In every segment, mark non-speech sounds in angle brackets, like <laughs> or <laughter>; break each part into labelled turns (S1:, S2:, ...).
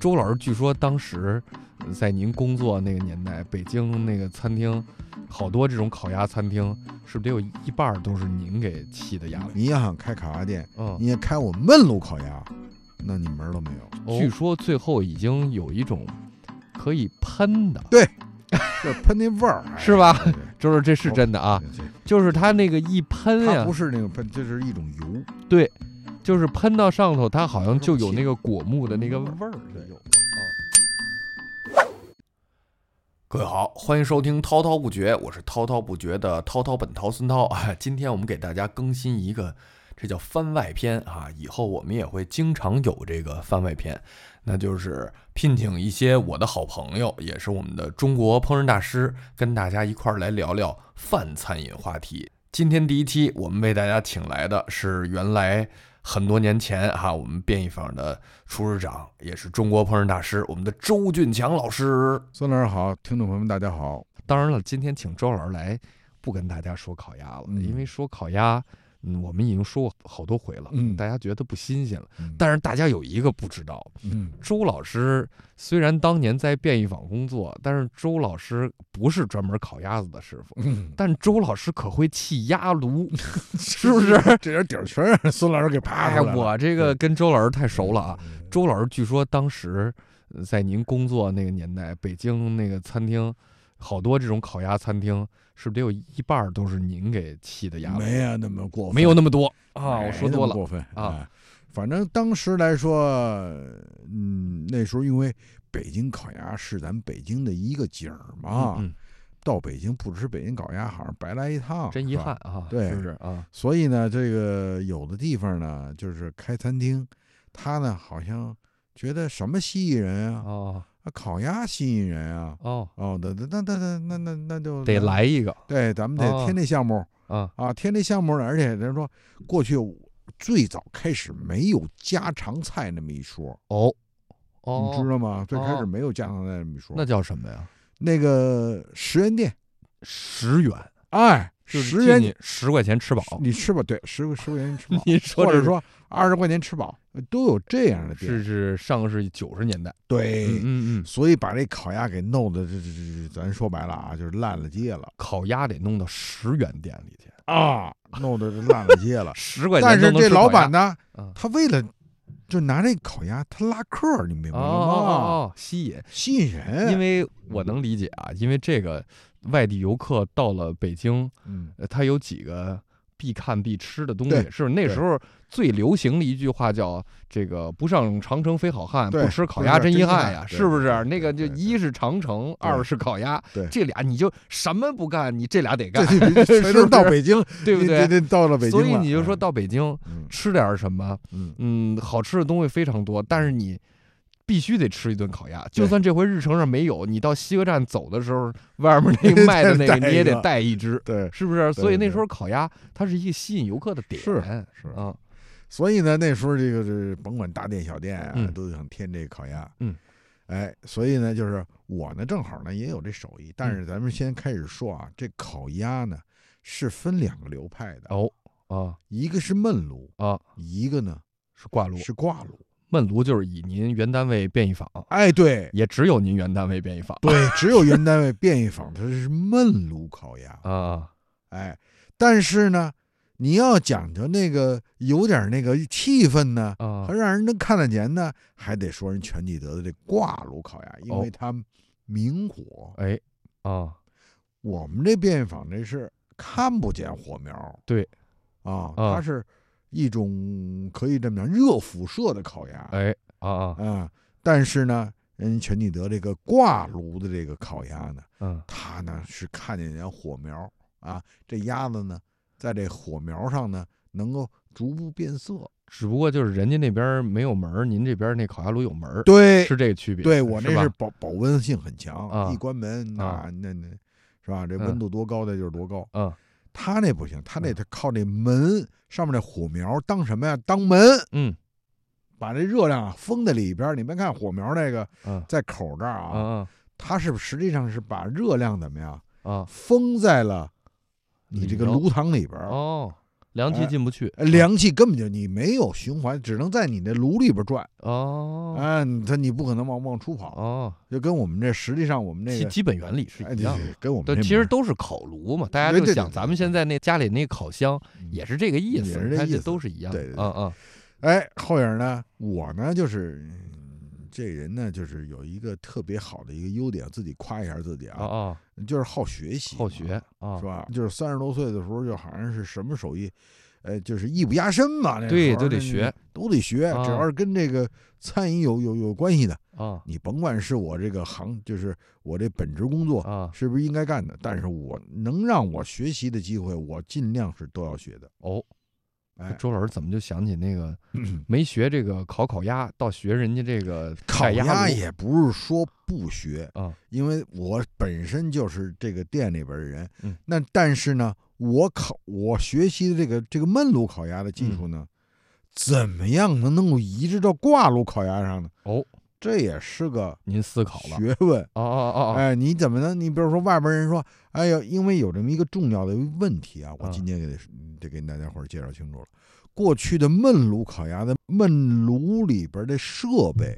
S1: 周老师据说当时呃在您工作那个年代，北京那个餐厅，好多这种烤鸭餐厅，是不是得有一半儿都是您给起的鸭子？
S2: 你要想开烤鸭店，
S1: 嗯，
S2: 你也开我们路烤鸭，那你门儿都没有。
S1: 据说最后已经有一种可以喷的，
S2: 这喷那味儿
S1: 是吧？
S2: 哎对对
S1: 就是这是真的啊，
S2: 对对
S1: 就是它那个一喷呀、
S2: 它不是那种喷，这是一种油，
S1: 就是喷到上头，它好像就有那个果木的那个味儿就有了啊。
S3: 各位好，欢迎收听《滔滔不绝》，我是滔滔不绝的滔滔本滔孙涛 <laughs> 啊。今天我们给大家更新一个，这叫番外篇啊。以后我们也会经常有这个番外篇，那就是聘请一些我的好朋友，也是我们的中国烹饪大师，跟大家一块儿来聊聊泛餐饮话题。今天第一期，我们为大家请来的是原来很多年前哈、我们变一坊的厨师长，也是中国烹饪大师，我们的周俊强老师。
S2: 孙老师好，听众朋友们大家好，
S1: 当然了，今天请周老师来，不跟大家说烤鸭了，
S2: 嗯
S1: 因为说烤鸭，嗯，我们已经说过好多回了，
S2: 嗯
S1: 大家觉得不新鲜了。
S2: 嗯
S1: 但是大家有一个不知道，
S2: 嗯，
S1: 周老师虽然当年在变异坊工作，但是周老师不是专门烤鸭子的师傅，
S2: 嗯
S1: 但周老师可会气鸭
S2: <laughs>
S1: 炉，是不是？
S2: 这点底儿全让孙老师给爬
S1: 哎，
S2: 出来了。
S1: 我这个跟周老师太熟了啊。
S2: 嗯，
S1: 周老师据说当时呃在您工作那个年代，北京那个餐厅，好多这种烤鸭餐厅，是不是得有一半儿都是您给起的鸭子？
S2: 没有那么过分，哎
S1: 没有那么多啊，
S2: 没
S1: 我说
S2: 那
S1: 多
S2: 么
S1: 了。
S2: 过分
S1: 啊
S2: 哎反正当时来说，嗯，那时候因为北京烤鸭是咱北京的一个景儿嘛，
S1: 嗯，
S2: 到北京不吃北京烤鸭好像白来一趟，
S1: 嗯真遗
S2: 是吧
S1: 憾。啊，
S2: 对
S1: 是不是啊？
S2: 所以呢，这个有的地方呢，就是开餐厅，他呢好像觉得什么吸引人啊，
S1: 哦
S2: 啊烤鸭吸引人啊，
S1: 哦，
S2: 哦，那那那那那那那就
S1: 得，来一个
S2: 对，咱们
S1: 哦
S2: 得添这项目、
S1: 啊，
S2: 啊，添这项目呢，而且人说过去最早开始没有家常菜那么一说，
S1: 哦
S2: 你知
S1: 哦，
S2: 道吗？最开
S1: 哦
S2: 始没有家常菜那么一说，
S1: 那叫什么呀？
S2: 那个十元店，
S1: 十元，
S2: 哎，
S1: 就是
S2: 十
S1: 进
S2: 元
S1: 去十块钱吃饱。，
S2: 你吃吧，对，十个十块钱吃饱
S1: <laughs> 您说
S2: 或
S1: 这
S2: 者
S1: 是
S2: 说二十块钱吃饱，呃都有这样的店。
S1: 是是上世纪九十年代，
S2: 对，
S1: 嗯嗯嗯，
S2: 所以把这烤鸭给弄得这这这这，咱说白了啊，就是烂了街了
S1: 烤鸭得弄到十元店里去，。
S2: 啊，弄得这烂了街了
S1: <laughs> 十块钱
S2: 但是
S1: 都能
S2: 这
S1: 吃
S2: 老
S1: 烤鸭
S2: 板呢，
S1: 嗯
S2: 他为了就拿这烤鸭，他拉客儿，你明白
S1: 哦
S2: 吗？
S1: 哦哦，吸引，
S2: 吸引人，
S1: 因为我能理解啊，因为这个外地游客到了北京， <laughs>
S2: 嗯，
S1: 呃他有几个必看必吃的东西
S2: 对，
S1: 是那
S2: 对
S1: 时候最流行的一句话叫“这个不上长城非好汉，
S2: 对
S1: 不吃烤
S2: 不
S1: 鸭
S2: 是
S1: 真遗
S2: 真遗
S1: 憾
S2: 憾
S1: 呀”，
S2: 对
S1: 是不
S2: 对
S1: 是？
S2: 对
S1: 那个就
S2: 对对
S1: 一是长城，二
S2: 对
S1: 是烤鸭
S2: 对，
S1: 这俩你就什么不干，你这俩得
S2: 这
S1: 干，
S2: 这
S1: 是不
S2: 这谁
S1: 是
S2: 能到北京，
S1: 对不
S2: 你
S1: 对？
S2: 这这到了北京
S1: 所
S2: 了，
S1: 以你就说
S2: 嗯，
S1: 到北京
S2: 嗯
S1: 吃点儿什么，
S2: 嗯，
S1: 嗯，好吃的东西非常多，但是你必须得吃一顿烤鸭。就
S2: 对
S1: 算这回日程上没有，你到西客站走的时候，外面那个卖的那
S2: <laughs>
S1: 个
S2: 再带一个
S1: 你也得带一只，
S2: 对，
S1: 是不是？所以
S2: 对
S1: 那时候烤鸭它是一个吸引游客的点，
S2: 是是
S1: 啊，
S2: 所以呢，那时候这个是甭管大店小店啊，
S1: 嗯
S2: 都想添这个烤鸭。
S1: 嗯，
S2: 哎，所以呢，就是我呢，正好呢也有这手艺，但是咱们先开始说啊，这烤鸭呢是分两个流派的，
S1: 哦啊
S2: 一个是焖炉
S1: 啊，
S2: 一个呢
S1: 是挂炉，
S2: 是挂炉。
S1: 焖炉就是以您原单位变一坊，
S2: 哎，对
S1: 也只有您原单位变一坊
S2: 对，只有原单位变一坊它是焖炉烤鸭。
S1: 啊，
S2: 哎，但是呢，你要讲究那个有点那个气氛呢，
S1: 啊
S2: 还让人能看得见呢，还得说人全聚德的这挂炉烤鸭，因
S1: 哦
S2: 为它明火。
S1: 哎啊，
S2: 我们这变坊这是看不见火苗，
S1: 对，
S2: 啊，
S1: 啊
S2: 它是一种可以这么讲热辐射的烤鸭，啊、
S1: 哎啊啊，
S2: 但是呢，人全聚德这个挂炉的这个烤鸭呢，
S1: 嗯
S2: 它呢是看见人家火苗啊，这鸭子呢在这火苗上呢能够逐步变色，
S1: 只不过就是人家那边没有门儿，您这边那烤鸭炉有门儿，
S2: 对
S1: 是这个区别。
S2: 对我这
S1: 吧
S2: 是保保温性很强，
S1: 啊
S2: 一关门那、
S1: 啊
S2: 那那是吧？这
S1: 嗯
S2: 温度多高的就是多高。
S1: 嗯
S2: 他那不行，他那
S1: 嗯
S2: 他靠这门上面这火苗当什么呀？当门，
S1: 嗯
S2: 把这热量啊封在里边儿。你别看火苗那个
S1: 嗯
S2: 在口这儿
S1: 嗯
S2: 啊，
S1: 嗯
S2: 它是不是实际上是把热量怎么样
S1: 啊
S2: 封在了你这个
S1: 里头
S2: 炉膛里边儿？
S1: 哦，凉气
S2: 哎
S1: 进不去。
S2: 呃凉气根本就你没有循环，只能在你的炉里边转，
S1: 哦
S2: 啊，你它你不可能往往出跑，
S1: 哦，
S2: 就跟我们这实际上我们那
S1: 其
S2: 个
S1: 基本原理是
S2: 哎
S1: 一样的。
S2: 对跟我们
S1: 对，
S2: 这
S1: 其实
S2: 门
S1: 都是烤炉嘛，大家
S2: 对
S1: 就
S2: 对
S1: 想
S2: 对
S1: 咱们现在那家里那烤箱
S2: 嗯
S1: 也是这个意
S2: 也
S1: 思
S2: 是，这
S1: 它
S2: 意
S1: 这
S2: 思
S1: 都是一样的。
S2: 对对对
S1: 嗯嗯，
S2: 哎后影呢，我呢就是。嗯这人呢，就是有一个特别好的一个优点，自己夸一下自己
S1: 哦
S2: 啊，
S1: 哦，
S2: 就是好学习，
S1: 好学啊
S2: 是，吧？就是三十多岁的时候，就好像是什么手艺，呃，就是艺不压身嘛，那
S1: 对
S2: 时候
S1: 都得
S2: 那
S1: 学，
S2: 都得学，只
S1: 啊
S2: 要是跟这个餐饮有有有关系的，
S1: 啊
S2: 你甭管是我这个行，就是我这本职工作
S1: 啊
S2: 是不是应该干的，但是我能让我学习的机会，我尽量是都要学的。
S1: 哦，
S2: 哎，
S1: 周老师怎么就想起那个
S2: 嗯
S1: 没学这个烤烤鸭，倒学人家这个
S2: 烤
S1: 盖
S2: 鸭
S1: 哎鸭炉
S2: 也不是说不学
S1: 啊，
S2: 因为我本身就是这个店里边的人，
S1: 嗯
S2: 那但是呢，我烤我学习的这个这个焖炉烤鸭的技
S1: 嗯
S2: 术呢，怎么样能能够移植到挂炉烤鸭上呢？
S1: 哦，
S2: 这也是个
S1: 您思考了，
S2: 学问。
S1: 哦哦哦哦，
S2: 哎，你怎么能？你比如说外边人说，哎呦，因为有这么一个重要的问题啊，我
S1: 啊
S2: 今天给得给大家伙儿介绍清楚了。过去的焖炉烤鸭的焖炉里边的设备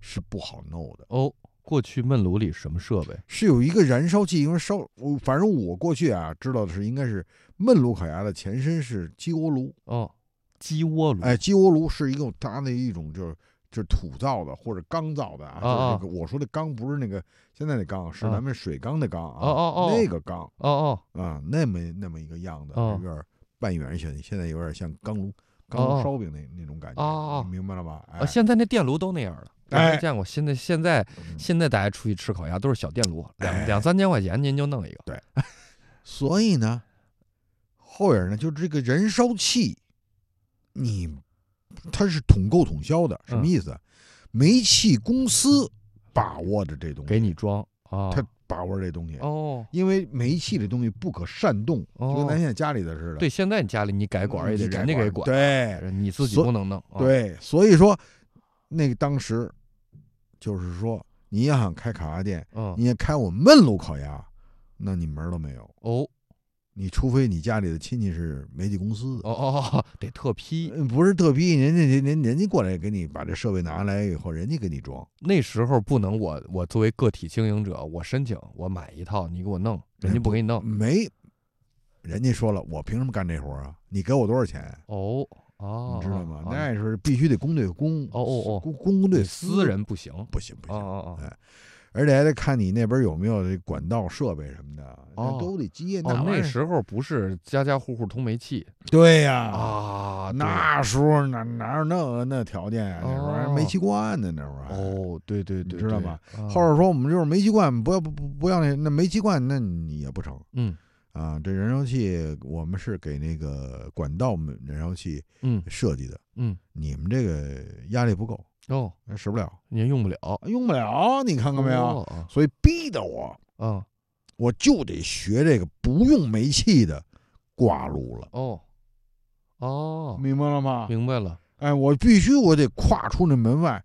S2: 是不好弄的，
S1: 哦，过去焖炉里什么设备？
S2: 是有一个燃烧器，因为烧，我反正我过去啊知道的是，应该是焖炉烤鸭的前身是鸡窝炉，
S1: 哦，鸡窝炉，
S2: 哎，鸡窝炉是一种它的一种就是就是土造的或者钢造的啊，
S1: 啊啊
S2: 就是这个我说的钢不是那个现在的钢，是
S1: 啊
S2: 咱们水缸的缸啊，
S1: 哦哦哦
S2: 那个缸
S1: 哦哦
S2: 啊，那么那么一个样子，
S1: 哦
S2: 有点半圆形，现在有点像钢炉
S1: 哦
S2: 钢炉烧饼那、那种感觉，
S1: 哦哦
S2: 你明白了吧？哎，
S1: 啊，现在那电炉都那样了。我
S2: 哎
S1: 没见过，现在现在
S2: 嗯
S1: 现在大家出去吃烤鸭都是小电炉，两
S2: 哎
S1: 两三千块钱您就弄一个。
S2: 所以呢，后影呢，就是这个燃烧器，你它是统购统销的，什么
S1: 嗯
S2: 意思啊？煤气公司把握着这东西，
S1: 给你装啊。
S2: 他把握这东西，
S1: 哦，
S2: 因为煤气这东西不可煽动，就跟
S1: 哦
S2: 咱现在家里的似的，嗯
S1: 对，现在你家里你改管儿也
S2: 你
S1: 得人家给管，啊
S2: 对
S1: 你自己
S2: 所
S1: 不能弄。啊，
S2: 对，所以说那个当时就是说，你要想开烤鸭店，
S1: 嗯，
S2: 你也开我焖炉烤鸭，那你门儿都没有。
S1: 哦
S2: 你除非你家里的亲戚是煤气公司的，
S1: 哦哦，哦得特批。
S2: 嗯，不是特批，人家人人人家过来给你把这设备拿来以后，人家给你装，
S1: 那时候不能我我作为个体经营者，我申请我买一套，你给我弄，人家不给你
S2: <laughs>
S1: 弄。
S2: 没，人家说了，我凭什么干这活啊？你给我多少钱？
S1: 哦哦，
S2: 你知道吗？
S1: 哦
S2: 那时候必须得公对公，
S1: 哦哦哦
S2: 公公公对
S1: 私人不行。
S2: 不行不
S1: 哦
S2: 行，
S1: 哦哦
S2: 哎而且还得看你那边有没有这管道设备什么的，
S1: 哦
S2: 那都得接。
S1: 哦，
S2: 玩意
S1: 那
S2: 儿
S1: 时候不是家家户户通煤气
S2: 对呀
S1: 啊，对
S2: 那时候哪哪有那那条件啊？那时候还
S1: 哦
S2: 煤气罐呢，那时候还。
S1: 哦，对对对，
S2: 你知道
S1: 对
S2: 吧？
S1: 啊
S2: 后边说我们就是煤气罐，不要不不不要那那煤气罐，那你也不成。
S1: 嗯
S2: 啊，这燃烧器我们是给那个管道燃烧器
S1: 嗯
S2: 设计的，
S1: 嗯，
S2: 你们这个压力不够，
S1: 哦，
S2: 那使不了，
S1: 您用不了，
S2: 用不了，你看看没有？
S1: 哦？
S2: 所以逼得我，
S1: 啊
S2: 我就得学这个不用煤气的挂炉了，
S1: 哦哦，
S2: 明白了吗？
S1: 明白了，
S2: 哎，我必须我得跨出那门外，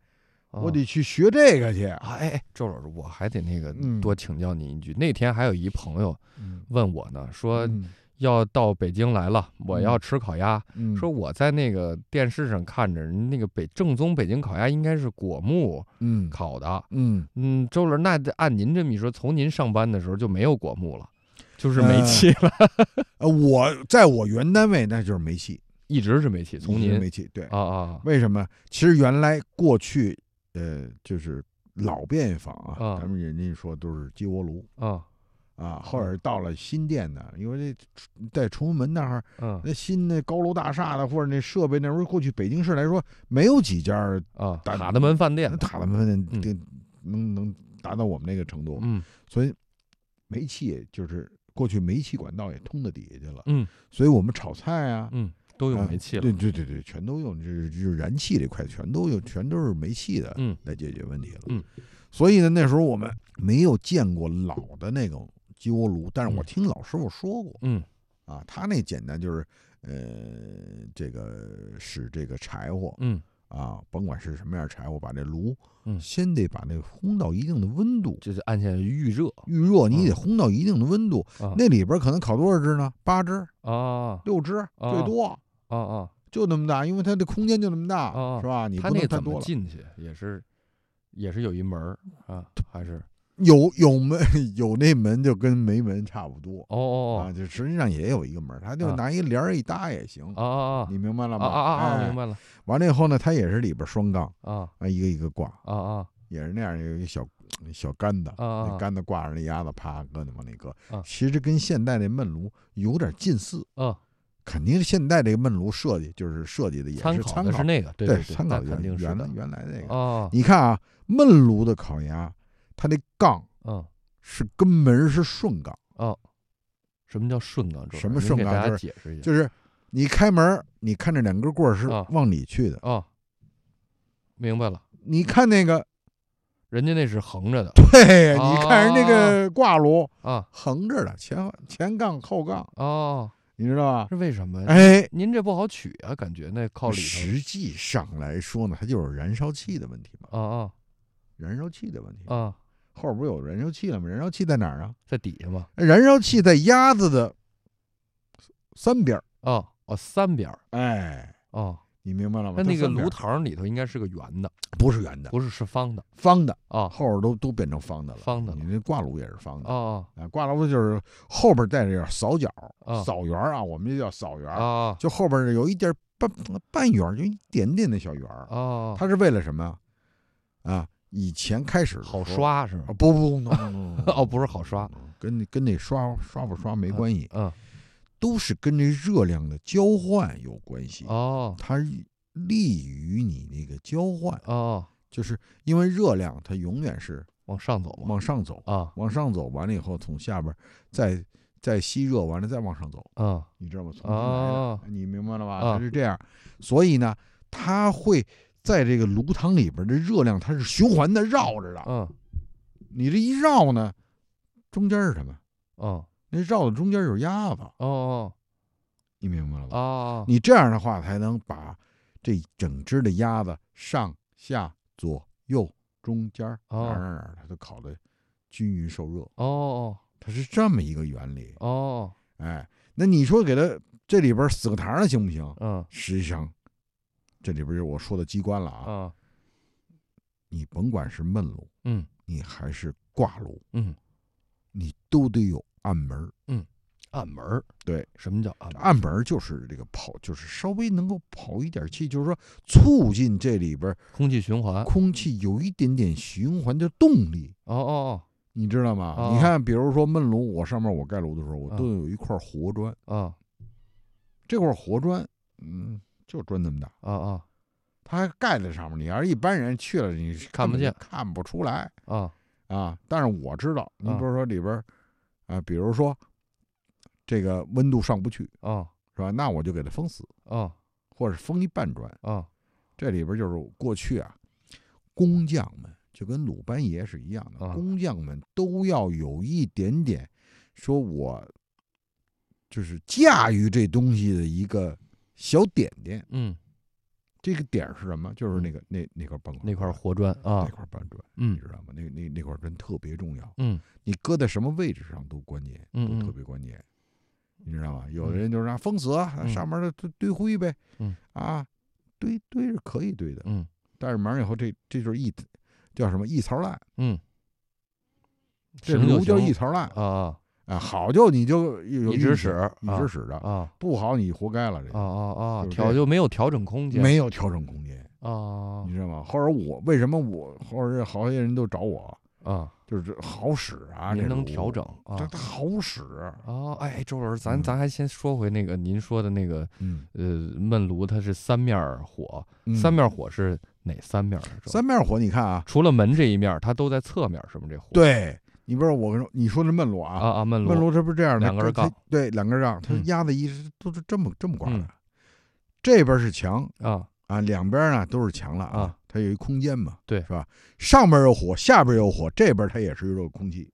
S1: 啊
S2: 我得去学这个去。
S1: 啊哎哎，周老师，我还得那个
S2: 嗯
S1: 多请教您一句。那天还有一朋友
S2: 嗯，
S1: 问我呢，说
S2: 嗯
S1: 要到北京来了，我要
S2: 嗯
S1: 吃烤鸭，
S2: 嗯
S1: 说我在那个电视上看着人那个北正宗北京烤鸭应该是果木
S2: 嗯
S1: 烤的。
S2: 嗯，
S1: 嗯，周老师，那得按您这么一说，从您上班的时候就没有果木了，就是
S2: 呃
S1: 煤气了，
S2: 呃，我在我原单位那就是煤气，
S1: 一直是煤气。从
S2: 一直
S1: 您
S2: 煤气对
S1: 啊啊
S2: 为什么？其实原来过去，呃，就是老便房啊，
S1: 啊
S2: 咱们人家说都是鸡窝炉
S1: 啊
S2: 啊，后来到了新店呢，因为这在崇文门那儿，
S1: 嗯
S2: 那新那高楼大厦的或者那设备，那时候过去北京市来说，没有几家儿
S1: 啊，
S2: 打
S1: 塔德门饭店嘛，
S2: 那塔子们
S1: 嗯
S2: 这能能达到我们那个程度，
S1: 嗯
S2: 所以煤气也就是过去煤气管道也通到底下去了，
S1: 嗯
S2: 所以我们炒菜啊，
S1: 嗯，都
S2: 啊
S1: 用煤气了
S2: 对，对对对，全都用，就是就是燃气这块，全都用，全都是煤气的，
S1: 嗯，
S2: 来解决问题了。
S1: 嗯，
S2: 所以呢，那时候我们没有见过老的那种鸡窝炉，但是我
S1: 嗯
S2: 听老师傅说过
S1: 嗯
S2: 啊，他那简单就是，呃，这个使这个柴火
S1: 嗯
S2: 啊，甭管是什么样柴火，把这炉，
S1: 嗯
S2: 先得把那烘到一定的温度，
S1: 就是按下预热
S2: 预热
S1: 嗯
S2: 你得烘到一定的温度，
S1: 啊
S2: 那里边可能烤多少只呢？八只、
S1: 啊
S2: 六只最
S1: 啊
S2: 多。
S1: 啊啊！
S2: 就那么大，因为它的空间就那么大，
S1: 啊
S2: 是吧？你
S1: 他
S2: 不
S1: 那个
S2: 能太
S1: 怎
S2: 多
S1: 么
S2: 了。
S1: 进去也是也是有一门儿啊，还是
S2: 有有门 <laughs> 有那门就跟没门差不多、
S1: 哦哦
S2: 啊，就实际上也有一个门，它就
S1: 啊
S2: 拿一帘儿一搭也行，
S1: 哦啊啊
S2: 你明白
S1: 啊
S2: 了
S1: 啊
S2: 吗？
S1: 啊啊！
S2: 哎
S1: 明白了
S2: 完了以后呢，它也是里边双杠
S1: 啊
S2: 啊，一个一个挂，
S1: 啊啊
S2: 也是那样有一个小小杆子，
S1: 啊啊
S2: 那杆子挂着那鸭子，啪搁那往里搁
S1: 啊。
S2: 其实跟现代那焖炉有点近似，
S1: 啊！
S2: 肯定是现代这个焖炉设计就是设计的也
S1: 参
S2: 是
S1: 考
S2: 参
S1: 的是
S2: 考，
S1: 那个，对对，
S2: 参考
S1: 那
S2: 原
S1: 肯定是
S2: 原
S1: 的
S2: 来原来那个。
S1: 啊，
S2: 你看啊，焖炉的烤鸭，它那杠
S1: 嗯，
S2: 是跟门儿是顺杠，
S1: 什么叫顺杠
S2: 什么顺
S1: 给
S2: 杠
S1: 大家
S2: 就是
S1: 解释一下。
S2: 就是你开门儿，你看这两根棍儿是
S1: 啊
S2: 往里去的，
S1: 啊，明白了，
S2: 你看那个，
S1: 人家那是横着的
S2: 嘿，
S1: 啊
S2: 你看人那个挂炉
S1: 啊
S2: 横着的，前前杠后杠，
S1: 哦，
S2: 你知道吧？
S1: 是为什么呀？
S2: 哎，
S1: 您这不好取啊，感觉那靠里头
S2: 实际上来说呢，它就是燃烧器的问题嘛，
S1: 啊
S2: 燃烧器的问题
S1: 啊。啊，
S2: 后边不有燃烧器了吗？燃烧器在哪儿啊？
S1: 在底下嘛。
S2: 燃烧器在鸭子的三边儿，
S1: 哦哦，三边儿
S2: 哎，
S1: 哦，
S2: 你明白了吗？
S1: 那
S2: 它
S1: 那个
S2: 三边
S1: 炉
S2: 儿
S1: 膛里头应该是个圆的，
S2: 不是圆的，
S1: 不是是方的
S2: 方的。
S1: 啊
S2: 后边都都变成方的了，
S1: 方的了
S2: 你那挂炉也是方的
S1: 哦
S2: 啊，挂炉就是后边带着扫角、
S1: 啊
S2: 扫圆儿啊，我们就叫扫圆儿，
S1: 啊
S2: 就后边有一点半半圆儿，就一点点的小圆
S1: 啊，
S2: 儿。哦它是为了什么啊？啊，以前开始的时
S1: 好
S2: 候
S1: 刷 <laughs> 是吗
S2: 啊，？不不不不不嗯
S1: 哦，不是好刷，
S2: 跟跟那刷刷不刷没
S1: 啊
S2: 关系，
S1: 嗯
S2: 都是跟这热量的交换有关系。
S1: 哦
S2: 它利于你那个交换，
S1: 哦，
S2: 就是因为热量它永远是
S1: 往上走嘛
S2: 往上走。
S1: 啊
S2: 往上走完了以后，从下边儿再再吸热完了再往上走，
S1: 嗯
S2: 你知道吗？从头来的
S1: 哦
S2: 你明白了吧？
S1: 啊
S2: 它是这样，所以呢，它会在这个炉膛里边的热量它是循环的绕着的。
S1: 嗯
S2: 你这一绕呢，中间是什么？
S1: 嗯
S2: 那绕的中间有鸭子，
S1: 哦
S2: 你明白了
S1: 哦
S2: 吧？
S1: 哦
S2: 你这样的话才能把这整只的鸭子上下左右中间儿哪
S1: 哦
S2: 儿哪啊儿哪儿它都烤的均匀受热，
S1: 哦
S2: 它是这么一个原理。
S1: 哦
S2: 哎，那你说给它这里边死个堂了行不行？
S1: 嗯
S2: 实际上，这里边就是我说的机关了啊。
S1: 啊
S2: 你甭管是焖炉，
S1: 嗯
S2: 你还是挂炉，
S1: 嗯，
S2: 你都得有暗门儿。
S1: 暗门儿
S2: 对，
S1: 什么叫暗门儿？
S2: 暗门儿就是这个跑，就是稍微能够跑一点气，就是说促进这里边
S1: 空气循环
S2: 空气有一点点循环的动力。
S1: 哦哦
S2: 你知道吗？
S1: 哦
S2: 你看，比如说焖炉，我上面我盖炉的时候，我
S1: 嗯
S2: 都有一块活砖，
S1: 哦
S2: 这块活砖，嗯，就砖那么大，
S1: 啊啊啊
S2: 它还盖在上面。你要是一般人去了，你是
S1: 看不
S2: 根本
S1: 见
S2: 就看不出来
S1: 啊
S2: 啊。但是我知道，您
S1: 啊
S2: 比如说里边儿，啊，比如说这个温度上不去，
S1: 啊
S2: 是吧？那我就给它封死，
S1: 啊
S2: 或者封一半砖。
S1: 啊
S2: 这里边就是过去啊，工匠们就跟鲁班爷是一样的，
S1: 啊
S2: 工匠们都要有一点点，说我就是驾驭这东西的一个小点点。
S1: 嗯，
S2: 这个点儿是什么？就是那个那那块半块
S1: 那块儿活砖啊
S2: 那，块半砖。你
S1: 嗯
S2: 知道吗？那那那块砖特别重要，
S1: 嗯
S2: 你搁在什么位置上都关键，
S1: 嗯
S2: 都特
S1: 嗯
S2: 别关键，你知道吗？有的
S1: 嗯
S2: 人就是让封死啊，
S1: 嗯
S2: 上面的堆堆灰呗，
S1: 嗯
S2: 啊，堆堆是可以堆的，
S1: 嗯
S2: 但是完了以后这这就是一叫什么一槽烂，
S1: 嗯，
S2: 这
S1: 省就
S2: 炉叫
S1: 行
S2: 一槽烂
S1: 啊
S2: 啊，好就你就有
S1: 一直使
S2: 一
S1: 啊
S2: 直使着，
S1: 啊
S2: 不好你活该了，这
S1: 啊啊啊！
S2: 就是这
S1: 调
S2: 样
S1: 就没有调整空间，
S2: 没有调整空间，
S1: 啊
S2: 你知道吗？或者我为什么我或者好些人都找我，
S1: 啊！
S2: 就是这好使啊，
S1: 您
S2: 这
S1: 能
S2: 炉
S1: 调整
S2: 它
S1: 啊
S2: 它好使，
S1: 啊！哎，周老师，咱
S2: 嗯
S1: 咱还先说回那个您说的那个
S2: 嗯，
S1: 呃焖炉，它是三面儿火，
S2: 嗯
S1: 三面儿火是哪三面儿啊？周老师
S2: 三面火，你看啊，
S1: 除了门这一面儿，它都在侧面儿，是吗？这火
S2: 对，你不是我跟你说你说这焖炉啊，
S1: 啊啊焖
S2: 焖
S1: 炉
S2: 炉它不是这样的，
S1: 两根
S2: 它它
S1: 杠
S2: 对，两根杠，它
S1: 嗯
S2: 压的一直都是这么这么挂
S1: 嗯
S2: 的，这边是墙
S1: 啊
S2: 啊，两边呢都是墙了
S1: 啊，
S2: 它有一空间嘛，
S1: 对
S2: 是吧？上边有火，下边有火，这边它也是有空气，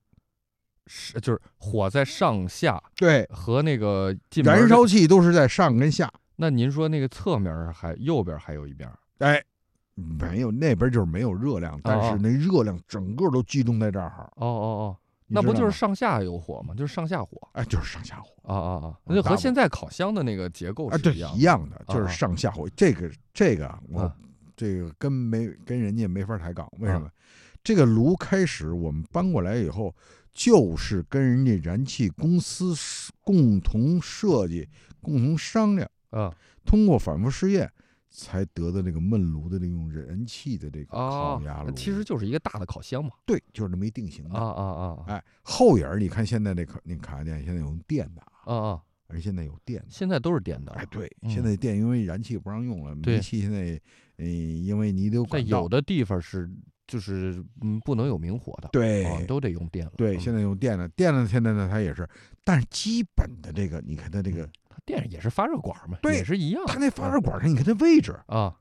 S1: 是就是火在上下
S2: 对，
S1: 和那个进门儿
S2: 燃
S1: 的
S2: 烧器都是在上跟下，
S1: 那您说那个侧面儿还右边儿还有一边儿
S2: 哎，没有那边就是没有热量，但
S1: 哦
S2: 是那热量整个都集中在这儿，
S1: 哦哦哦，
S2: 你
S1: 那
S2: 知
S1: 不
S2: 道
S1: 就是
S2: 吗
S1: 上下有火吗？就是上下火
S2: 哎，就是上下火。
S1: 啊啊啊，
S2: 嗯
S1: 那就
S2: 大
S1: 和
S2: 火
S1: 现在烤箱的那个结构
S2: 啊，
S1: 是
S2: 对，
S1: 一样
S2: 一
S1: 的。
S2: 样的，就
S1: 啊
S2: 是
S1: 啊
S2: 上下回。这个这个啊我、
S1: 啊
S2: 这个跟没跟人家没法抬杠，为什
S1: 啊
S2: 么？这个炉开始我们搬过来以后，就是跟人家燃气公司是共同设计、共同商量，
S1: 嗯
S2: 通过反复试验才得的这个焖炉的这种燃气的这个
S1: 啊
S2: 烤鸭，炉。
S1: 那其实就是一个大的烤箱嘛。
S2: 对，就是这么一定型的。
S1: 啊啊啊
S2: 哎，后眼儿你看现在这烤那烤鸭店现在有电的啊，
S1: 啊啊！
S2: 而现在有电的。
S1: 现在都是电的，
S2: 哎，对，
S1: 嗯
S2: 现在电因为燃气不让用了，
S1: 对
S2: 煤气现在，呃，因为你得有
S1: 在
S2: 管道
S1: 有的地方是就是嗯不能有明火的，
S2: 对、
S1: 啊都得用电了。
S2: 对，
S1: 嗯
S2: 现在用电了，电了现在呢，它也是，但是基本的这个，你看它这个，
S1: 它电也是发热管嘛，
S2: 对
S1: 也是一样的。
S2: 它那发
S1: 啊
S2: 热管上，你看这位置，
S1: 啊，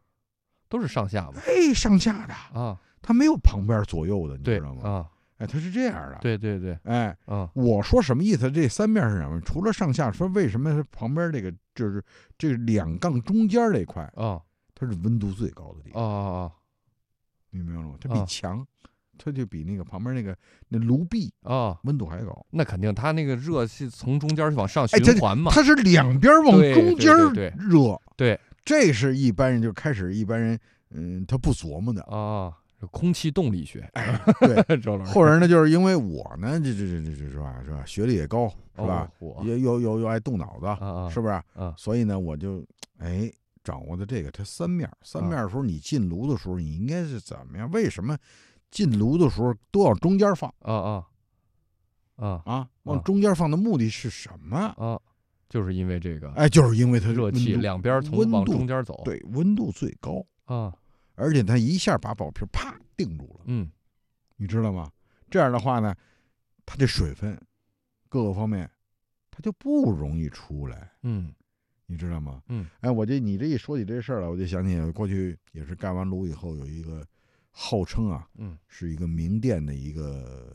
S1: 都是上
S2: <laughs>
S1: 下嘛。
S2: 哎，上下的，
S1: 啊，
S2: 它没有旁边左右的，你
S1: 对
S2: 知道吗？
S1: 啊，
S2: 哎，它是这样的，，
S1: 对对对，
S2: 哎，
S1: 啊
S2: 我说什么意思？这三面是什么？除了上下，说为什么它旁边这个就是这两杠中间这块，
S1: 啊
S2: 它是温度最高的地
S1: 啊
S2: 方，
S1: 啊
S2: 你明白了吗？它
S1: 啊
S2: 比墙，它就比那个旁边那个那炉壁
S1: 啊啊！
S2: 温度还高。
S1: 那肯定，它那个热是从中间往上
S2: 哎这
S1: 循环嘛。
S2: 它是两边往
S1: 对
S2: 中间儿
S1: 对对
S2: 热，
S1: 对
S2: 这是一般人就开始一般人，嗯，他不琢磨
S1: <laughs>
S2: 的。
S1: 啊，这空气动力学，
S2: 哎，
S1: <laughs>
S2: 对，
S1: 周老师
S2: 后人呢，就是因为我呢，这这这这这是吧，是吧，学历也高，是吧
S1: 哦，？火
S2: 也又又又爱动脑子，
S1: 啊啊，
S2: 是不是？
S1: 啊
S2: 所以呢，我就哎掌握的这个，它三面儿，三
S1: 啊
S2: 面儿的时候，你进炉的时候，你应该是怎么样？为什么进炉的时候都往中间放
S1: 啊啊啊
S2: 啊？
S1: 啊
S2: 往中间放的目的是什么？
S1: 啊，就是因为这个
S2: 哎，就是因为它
S1: 热气
S2: 温度
S1: 两边从
S2: 温
S1: 往
S2: 度
S1: 中间走。
S2: 对温度最高。
S1: 啊，
S2: 而且它一下把宝瓶啪定住了，
S1: 嗯
S2: 你知道吗？这样的话呢，它这水分各个方面它就不容易出来，
S1: 嗯
S2: 你知道吗？
S1: 嗯，
S2: 哎，我这你这一说起这事儿来，我就想起过去也是盖完炉以后，有一个号称啊
S1: 嗯
S2: 是一个名店的一个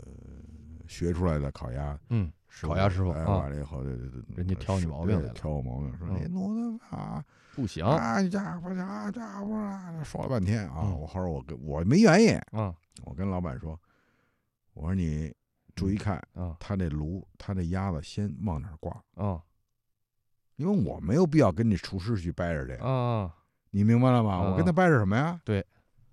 S2: 学出来的烤鸭
S1: 嗯，
S2: 师
S1: 烤鸭师傅
S2: 哎，
S1: 啊
S2: 完了以后，对对对对
S1: 人家挑你毛病来了
S2: 挑我毛病，说
S1: 嗯
S2: 你弄的啊
S1: 不行啊
S2: 啊，你家伙家家伙啊，说了半天啊，
S1: 嗯
S2: 我后来我跟我没原因，
S1: 啊
S2: 我跟老板说，我说你注意看，
S1: 啊
S2: 他这炉，他这鸭子先往哪儿挂，
S1: 啊
S2: 因为我没有必要跟这厨师去掰扯这个，
S1: 啊！
S2: 你明白了吗？
S1: 嗯
S2: 我跟他掰扯什么呀？
S1: 对，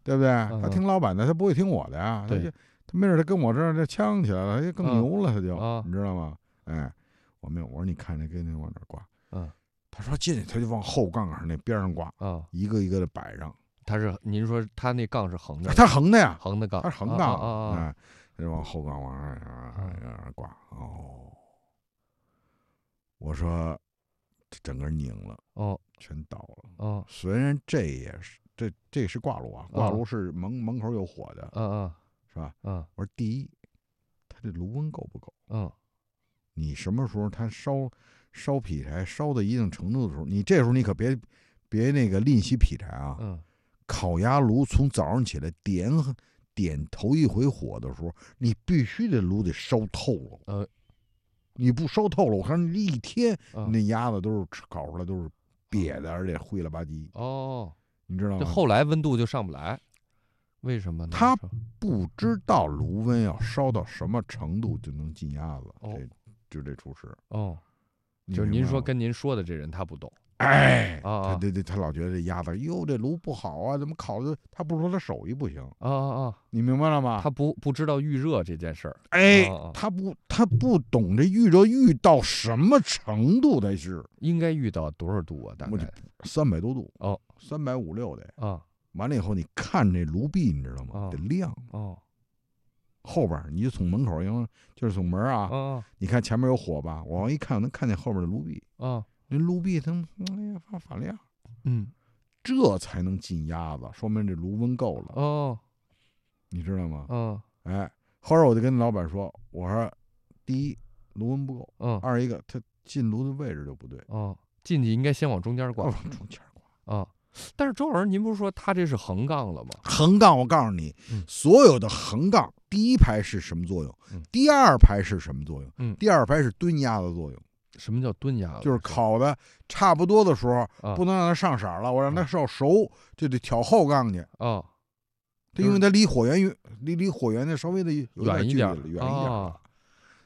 S2: 对不对？
S1: 嗯
S2: 他听老板的，他不会听我的呀。他
S1: 对
S2: 就他没准他跟我这儿这呛起来了，他就更
S1: 嗯
S2: 牛了，他就、
S1: 啊
S2: 你知道吗？哎，我没有，我说你看这跟那往哪儿挂，
S1: 嗯，
S2: 他说进去他就往后杠上那边上挂，
S1: 啊，
S2: 一个一个的摆上，
S1: 他是您说他那杠是横的，
S2: 他横的呀，
S1: 横的杠，
S2: 它是横
S1: 啊
S2: 杠，
S1: 啊嗯啊啊！
S2: 哎，它就往后杠往上往上往上挂。哦，我说这整个拧了，
S1: 哦
S2: 全倒了。
S1: 哦
S2: 虽然这也是这这是挂炉啊，挂炉是门门口有火的，
S1: 啊啊
S2: 是吧？
S1: 啊
S2: 我说第一，它这炉温够不够？
S1: 嗯
S2: 你什么时候它烧烧劈柴烧到一定程度的时候，你这时候你可别别那个吝惜劈柴啊，
S1: 嗯
S2: 烤鸭炉从早上起来点点头一回火的时候，你必须这炉得烧透了。
S1: 呃，
S2: 你不烧透了，我看你一天
S1: 嗯
S2: 你那鸭子都是吃烤出来都是瘪的，而且灰了吧唧，
S1: 哦，
S2: 你知道
S1: 啊这
S2: 吗？
S1: 后来温度就上不来，为什么呢？
S2: 它
S1: 是吧
S2: 不知道炉温要烧到什么程度就能进鸭子，
S1: 哦
S2: 这就这厨师，
S1: 哦，
S2: 你
S1: 就是
S2: 明
S1: 您
S2: 白
S1: 说
S2: 吗
S1: 跟您说的这人他不懂
S2: 哎，
S1: 啊啊
S2: 他对对，他老觉得这鸭子哟这炉不好啊，怎么烤的？他不是说他手艺不行，
S1: 啊啊啊，
S2: 你明白了吗？
S1: 他不不知道预热这件事儿
S2: 哎
S1: 啊啊，
S2: 他不，他不懂这预热预到什么程度才是
S1: 应该遇到多少度啊？大
S2: 我
S1: 概
S2: 三百多度
S1: 哦，
S2: 三百五六得。
S1: 啊
S2: 完了以后，你看这炉壁，你知道
S1: 哦
S2: 吗？得亮。
S1: 哦
S2: 后边儿你就从门口儿，因为就是从门儿啊，
S1: 啊
S2: 你看前面有火吧，我往一看，我能看见后边的炉壁，
S1: 啊
S2: 那炉壁它哎呀发发亮，
S1: 嗯
S2: 这才能进鸭子，说明这炉温够了，
S1: 哦
S2: 你知道吗？
S1: 嗯
S2: 哎，后来我就跟老板说，我说第一炉温不够，
S1: 嗯
S2: 二一个它进炉的位置就不对，
S1: 哦，进去应该先往中间
S2: 要
S1: 挂
S2: 往中间挂。
S1: 啊。但是周老师，您不是说他这是横杠了吗？
S2: 横杠，我告诉你
S1: 嗯，
S2: 所有的横杠，第一排是什么作用
S1: 嗯？
S2: 第二排是什么作用
S1: 嗯？
S2: 第二排是蹲鸭的作用。
S1: 什么叫炖鸭子？
S2: 就是烤的差不多的时候，
S1: 啊
S2: 不能让它上色儿了，我让它烧熟，就得挑后杠去。
S1: 啊，
S2: 它因为它离火源远离离火源呢稍微的有
S1: 远一
S2: 距离
S1: 点儿
S2: 了，远一点儿
S1: 啊
S2: 了。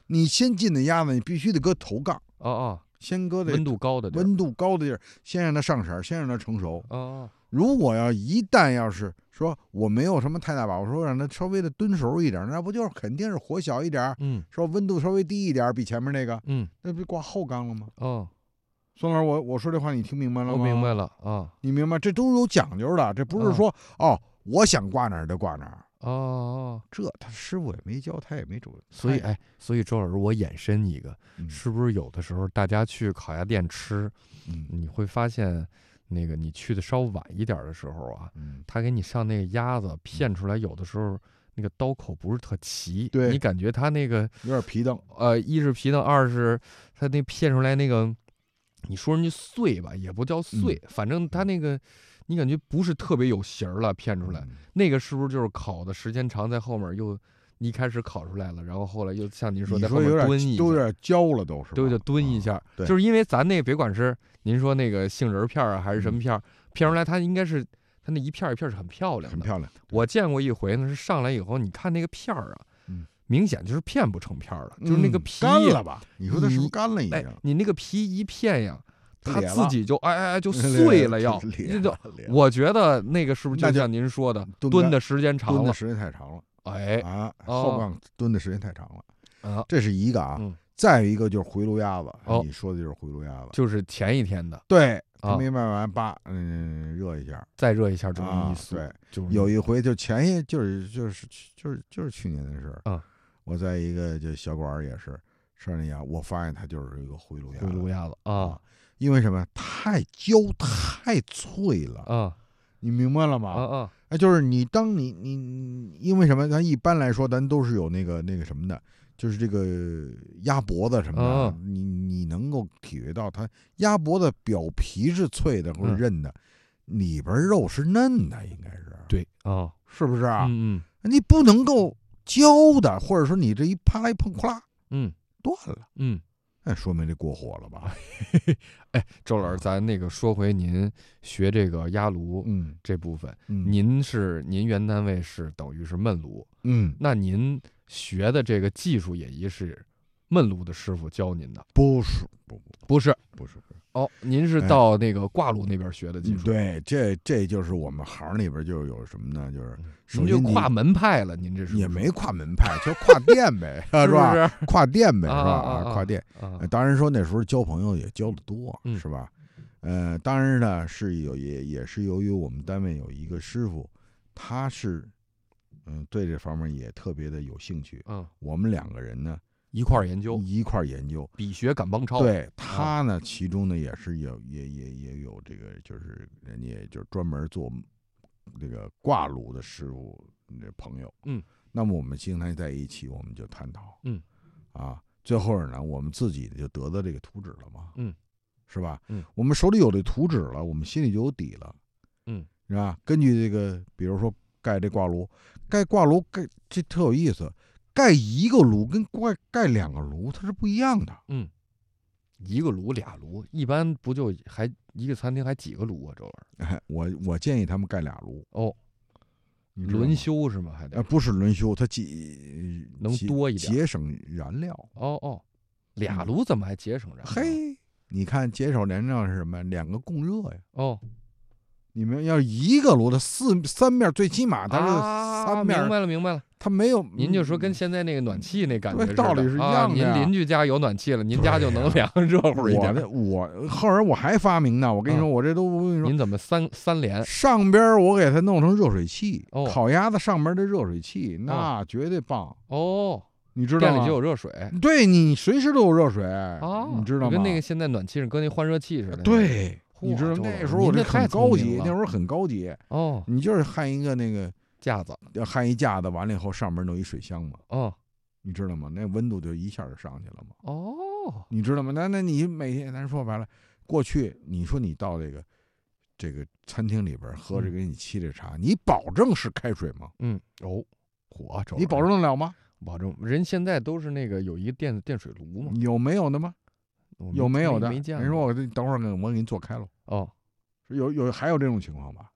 S2: 你先进的鸭子，你必须得搁头杠，
S1: 啊啊，
S2: 先搁的
S1: 温度高的地儿
S2: 温度高的地儿，先让它上色儿，先让它成熟。
S1: 啊啊
S2: 如果要一旦要是说我没有什么太大把握，说让它稍微的蹲熟一点儿，那不就是肯定是火小一点儿，
S1: 嗯
S2: 说温度稍微低一点儿，比前面那个，
S1: 嗯
S2: 那不就挂后杠了吗？
S1: 哦，
S2: 孙老师，我我说这话你听明白了吗？
S1: 我明白了啊
S2: 你明白，这都有讲究的，这不
S1: 嗯
S2: 是说、哦，我想挂哪儿就挂哪儿。
S1: 哦哦，
S2: 这他师傅也没教，他也没准。
S1: 所以
S2: 他也
S1: 哎，所以周老师，我衍生一个，
S2: 嗯
S1: 是不是有的时候大家去烤鸭店吃，
S2: 嗯
S1: 你会发现，那个你去的稍晚一点儿的时候啊，
S2: 嗯，
S1: 他给你上那个鸭子片出来，有的时候那个刀口不是特齐，
S2: 对
S1: 你感觉他那个
S2: 有点皮蹬。
S1: 呃，一是皮的，二是他那片出来那个，你说人家碎吧，也不叫
S2: 嗯
S1: 碎，反正他那个你感觉不是特别有形儿了，片出来、
S2: 嗯
S1: 那个是不是就是烤的时间长，在后面又一开始烤出来了，然后后来又像您说
S2: 你
S1: 在后
S2: 说
S1: 面
S2: 有点
S1: 蹲一
S2: 都有
S1: 下。
S2: 点焦了，都是吧。
S1: 对，就蹲一
S2: 啊
S1: 下，
S2: 对
S1: 就是因为咱那别管是您说那个杏仁片儿啊，还是什么
S2: 嗯
S1: 片儿，片出来它应该是它那一片儿一片儿是很漂亮
S2: 嗯很
S1: 的。
S2: 漂亮。
S1: 我见过一回呢，是上来以后，你看那个片儿啊，
S2: 嗯
S1: 明显就是片不成片儿了，就是那个
S2: 嗯
S1: 皮
S2: 干
S1: 呀
S2: 了吧？你说他是不
S1: 你
S2: 是干了已
S1: 哎
S2: 经？，
S1: 你那个皮一片呀，它
S2: 裂
S1: 自
S2: 了
S1: 己就哎哎哎 <laughs> 就
S2: <laughs> 裂
S1: 碎
S2: 了
S1: 了要，
S2: 裂
S1: 那就
S2: 了裂了
S1: 我觉得那个是不是就
S2: 那就
S1: 像您说的，
S2: 蹲
S1: 蹲
S2: 干
S1: 的时间
S2: 蹲
S1: 长
S2: 的
S1: 了，
S2: 时间太长了
S1: 哎
S2: 啊，
S1: 哦
S2: 后杠蹲的时间太长了，
S1: 啊，
S2: 这是一个啊
S1: 嗯。
S2: 再有一个就是回炉鸭子
S1: 哦，
S2: 你说的就是回炉鸭子。
S1: 就是前一天的，
S2: 对，
S1: 啊
S2: 他没卖完，叭，嗯，热一下。
S1: 再热一下就是
S2: 啊
S1: 一碎，
S2: 对
S1: 就是
S2: 有一回就前一就是就是就是就是去年的事儿
S1: 啊，
S2: 我在一个就小馆儿也是吃那鸭，我发现它就是一个回炉鸭，
S1: 回炉鸭子啊，
S2: 因为什么太焦太脆了，
S1: 啊
S2: 你明白了
S1: 啊
S2: 吗？
S1: 啊
S2: 哎，就是你当你你你因为什么？咱一般来说咱都是有那个那个什么的。就是这个鸭脖子什么的，
S1: 啊
S2: 你你能够体会到它鸭脖子表皮是脆的或者
S1: 嗯
S2: 韧的，里边肉是嫩的，应该是
S1: 对啊，
S2: 是不是啊？
S1: 嗯嗯
S2: 你不能够焦的，或者说你这一啪啦一碰，咵啦
S1: 嗯
S2: 断了，
S1: 嗯，
S2: 那说明这过火
S1: 哎
S2: 了吧？
S1: 周老师，咱那个说回您学这个压炉
S2: 嗯，
S1: 这部分，
S2: 嗯
S1: 您是您原单位是等于是焖炉，
S2: 嗯
S1: 那您学的这个技术也一是焖炉的师傅教您的，
S2: 不是不不
S1: 不是？
S2: 不是不是，
S1: 哦，您是
S2: 哎嗯
S1: 到那个挂炉那边学的技术，，
S2: 对，这这就是我们行里边就有什么呢？就是首
S1: 您嗯就
S2: 先
S1: 跨
S2: 你
S1: 门派了，您这是不是
S2: 也没跨门派，就跨店呗，
S1: <laughs> 是不
S2: 吧？
S1: 是？
S2: 跨店呗，
S1: 啊
S2: 是
S1: 啊
S2: 吧？
S1: 啊
S2: 跨店。
S1: 啊
S2: 呃当然说那时候交朋友也交的多，
S1: 嗯
S2: 是吧？呃，当然呢是有也也是由于我们单位有一个师傅，他是嗯对这方面也特别的有兴趣。
S1: 嗯，
S2: 我们两个人呢
S1: 一块儿研究，
S2: 一块儿研究，
S1: 比学赶帮超，，
S2: 嗯
S1: 啊
S2: 对他呢其中呢也是有也也也有这个就是人家也就是专门做这个挂炉的师傅这朋友，
S1: 嗯，
S2: 那么我们经常在一起，我们就探讨，
S1: 嗯，
S2: 啊，最后呢，我们自己就得到这个图纸了嘛，
S1: 嗯，
S2: 是吧？
S1: 嗯，
S2: 我们手里有这图纸了，我们心里就有底了，
S1: 嗯，
S2: 是吧？根据这个，比如说盖这挂炉，盖挂炉盖这特有意思，盖一个炉跟盖盖两个炉它是不一样的，
S1: 一个炉俩炉，一般不就还一个餐厅还几个炉啊？周老师，
S2: 哎，我我建议他们盖俩炉，
S1: 哦，
S2: 你知道吗
S1: 轮休是吗？还得
S2: 啊，不是轮休，它节
S1: 能
S2: 节
S1: 多一点
S2: 节省燃料。
S1: 哦哦，俩炉怎么还节省着？
S2: 嗯嘿，你看节省燃料是什么？两个供热呀。
S1: 哦，
S2: 你们要一个炉子四三面，最起码它
S1: 啊
S2: 是三面，
S1: 明白了明白了，
S2: 它没有。嗯
S1: 您就说跟现在那个暖气那感觉
S2: 对
S1: 似
S2: 道理是一
S1: 啊
S2: 样的呀
S1: 您邻居家有暖气了，您家就能
S2: 对
S1: 凉热乎一
S2: 我
S1: 点。嗯
S2: 的我后来我还发明呢，我跟你说，我这都我跟你说，
S1: 您怎么三三连？
S2: 上边儿我给它弄成热水器
S1: 哦，
S2: 烤鸭子上边儿的热水器那绝对棒，
S1: 哦，
S2: 你知道
S1: 店
S2: 吗？
S1: 里就有热水
S2: 对你随时都有热水
S1: 啊，
S2: 你知道吗？
S1: 就跟那个现在暖气上跟那换热器似的。，
S2: 对，
S1: 嚯
S2: 你知道
S1: 周
S2: 那
S1: 老
S2: 时
S1: 师
S2: 候我
S1: 您
S2: 这
S1: 这太
S2: 很
S1: 聪
S2: 高
S1: 明
S2: 级，
S1: 了
S2: 那时候很高级，
S1: 哦，
S2: 你就是焊一个那个
S1: 架子，
S2: 焊一架子，完了以后上面弄一水箱嘛，
S1: 哦
S2: 你知道吗？那温度就一下就上去了嘛，
S1: 哦，
S2: 你知道吗？那那你每天咱说白了，过去你说你到这个这个餐厅里边喝这
S1: 嗯
S2: 个给你沏这茶，你保证是开水吗？
S1: 嗯，哦，火，周
S2: 你
S1: 老
S2: 保
S1: 师
S2: 证得了吗？
S1: 保证，人现在都是那个有一个电电水炉嘛，
S2: 有没有的吗？
S1: 我没
S2: 有没有的？
S1: 没见
S2: 人说
S1: 过
S2: 我这等会儿给我给你做开了，
S1: 哦，
S2: 说有有还有这种情况吧？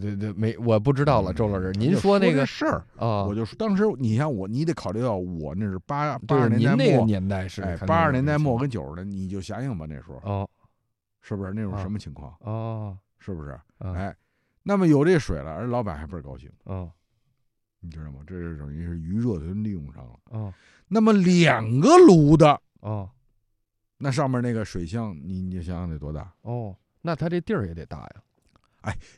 S1: 这这没我不知道了，
S2: 嗯
S1: 周老师，
S2: 就
S1: 您
S2: 说
S1: 那
S2: 这
S1: 个
S2: 事儿，
S1: 啊
S2: 我，就说当时你像我，你得考虑到我那是八八
S1: 就
S2: 十
S1: 是您
S2: 年代
S1: 那个
S2: 末，
S1: 年代是
S2: 哎，
S1: 肯定
S2: 八
S1: 有
S2: 十年
S1: 这
S2: 代
S1: 情
S2: 末
S1: 况
S2: 跟九十的，你就想想吧，那时候
S1: 哦
S2: 是不是那种
S1: 啊
S2: 什么情况？
S1: 哦
S2: 是不是？
S1: 啊
S2: 哎，那么有这水了，而老板还倍儿高兴，
S1: 哦
S2: 你知道吗？这是等于是余热就利用上了。
S1: 哦
S2: 那么两个炉的，
S1: 哦
S2: 那上面那个水箱，你你想想得多大？
S1: 哦，那他这地儿也得大呀，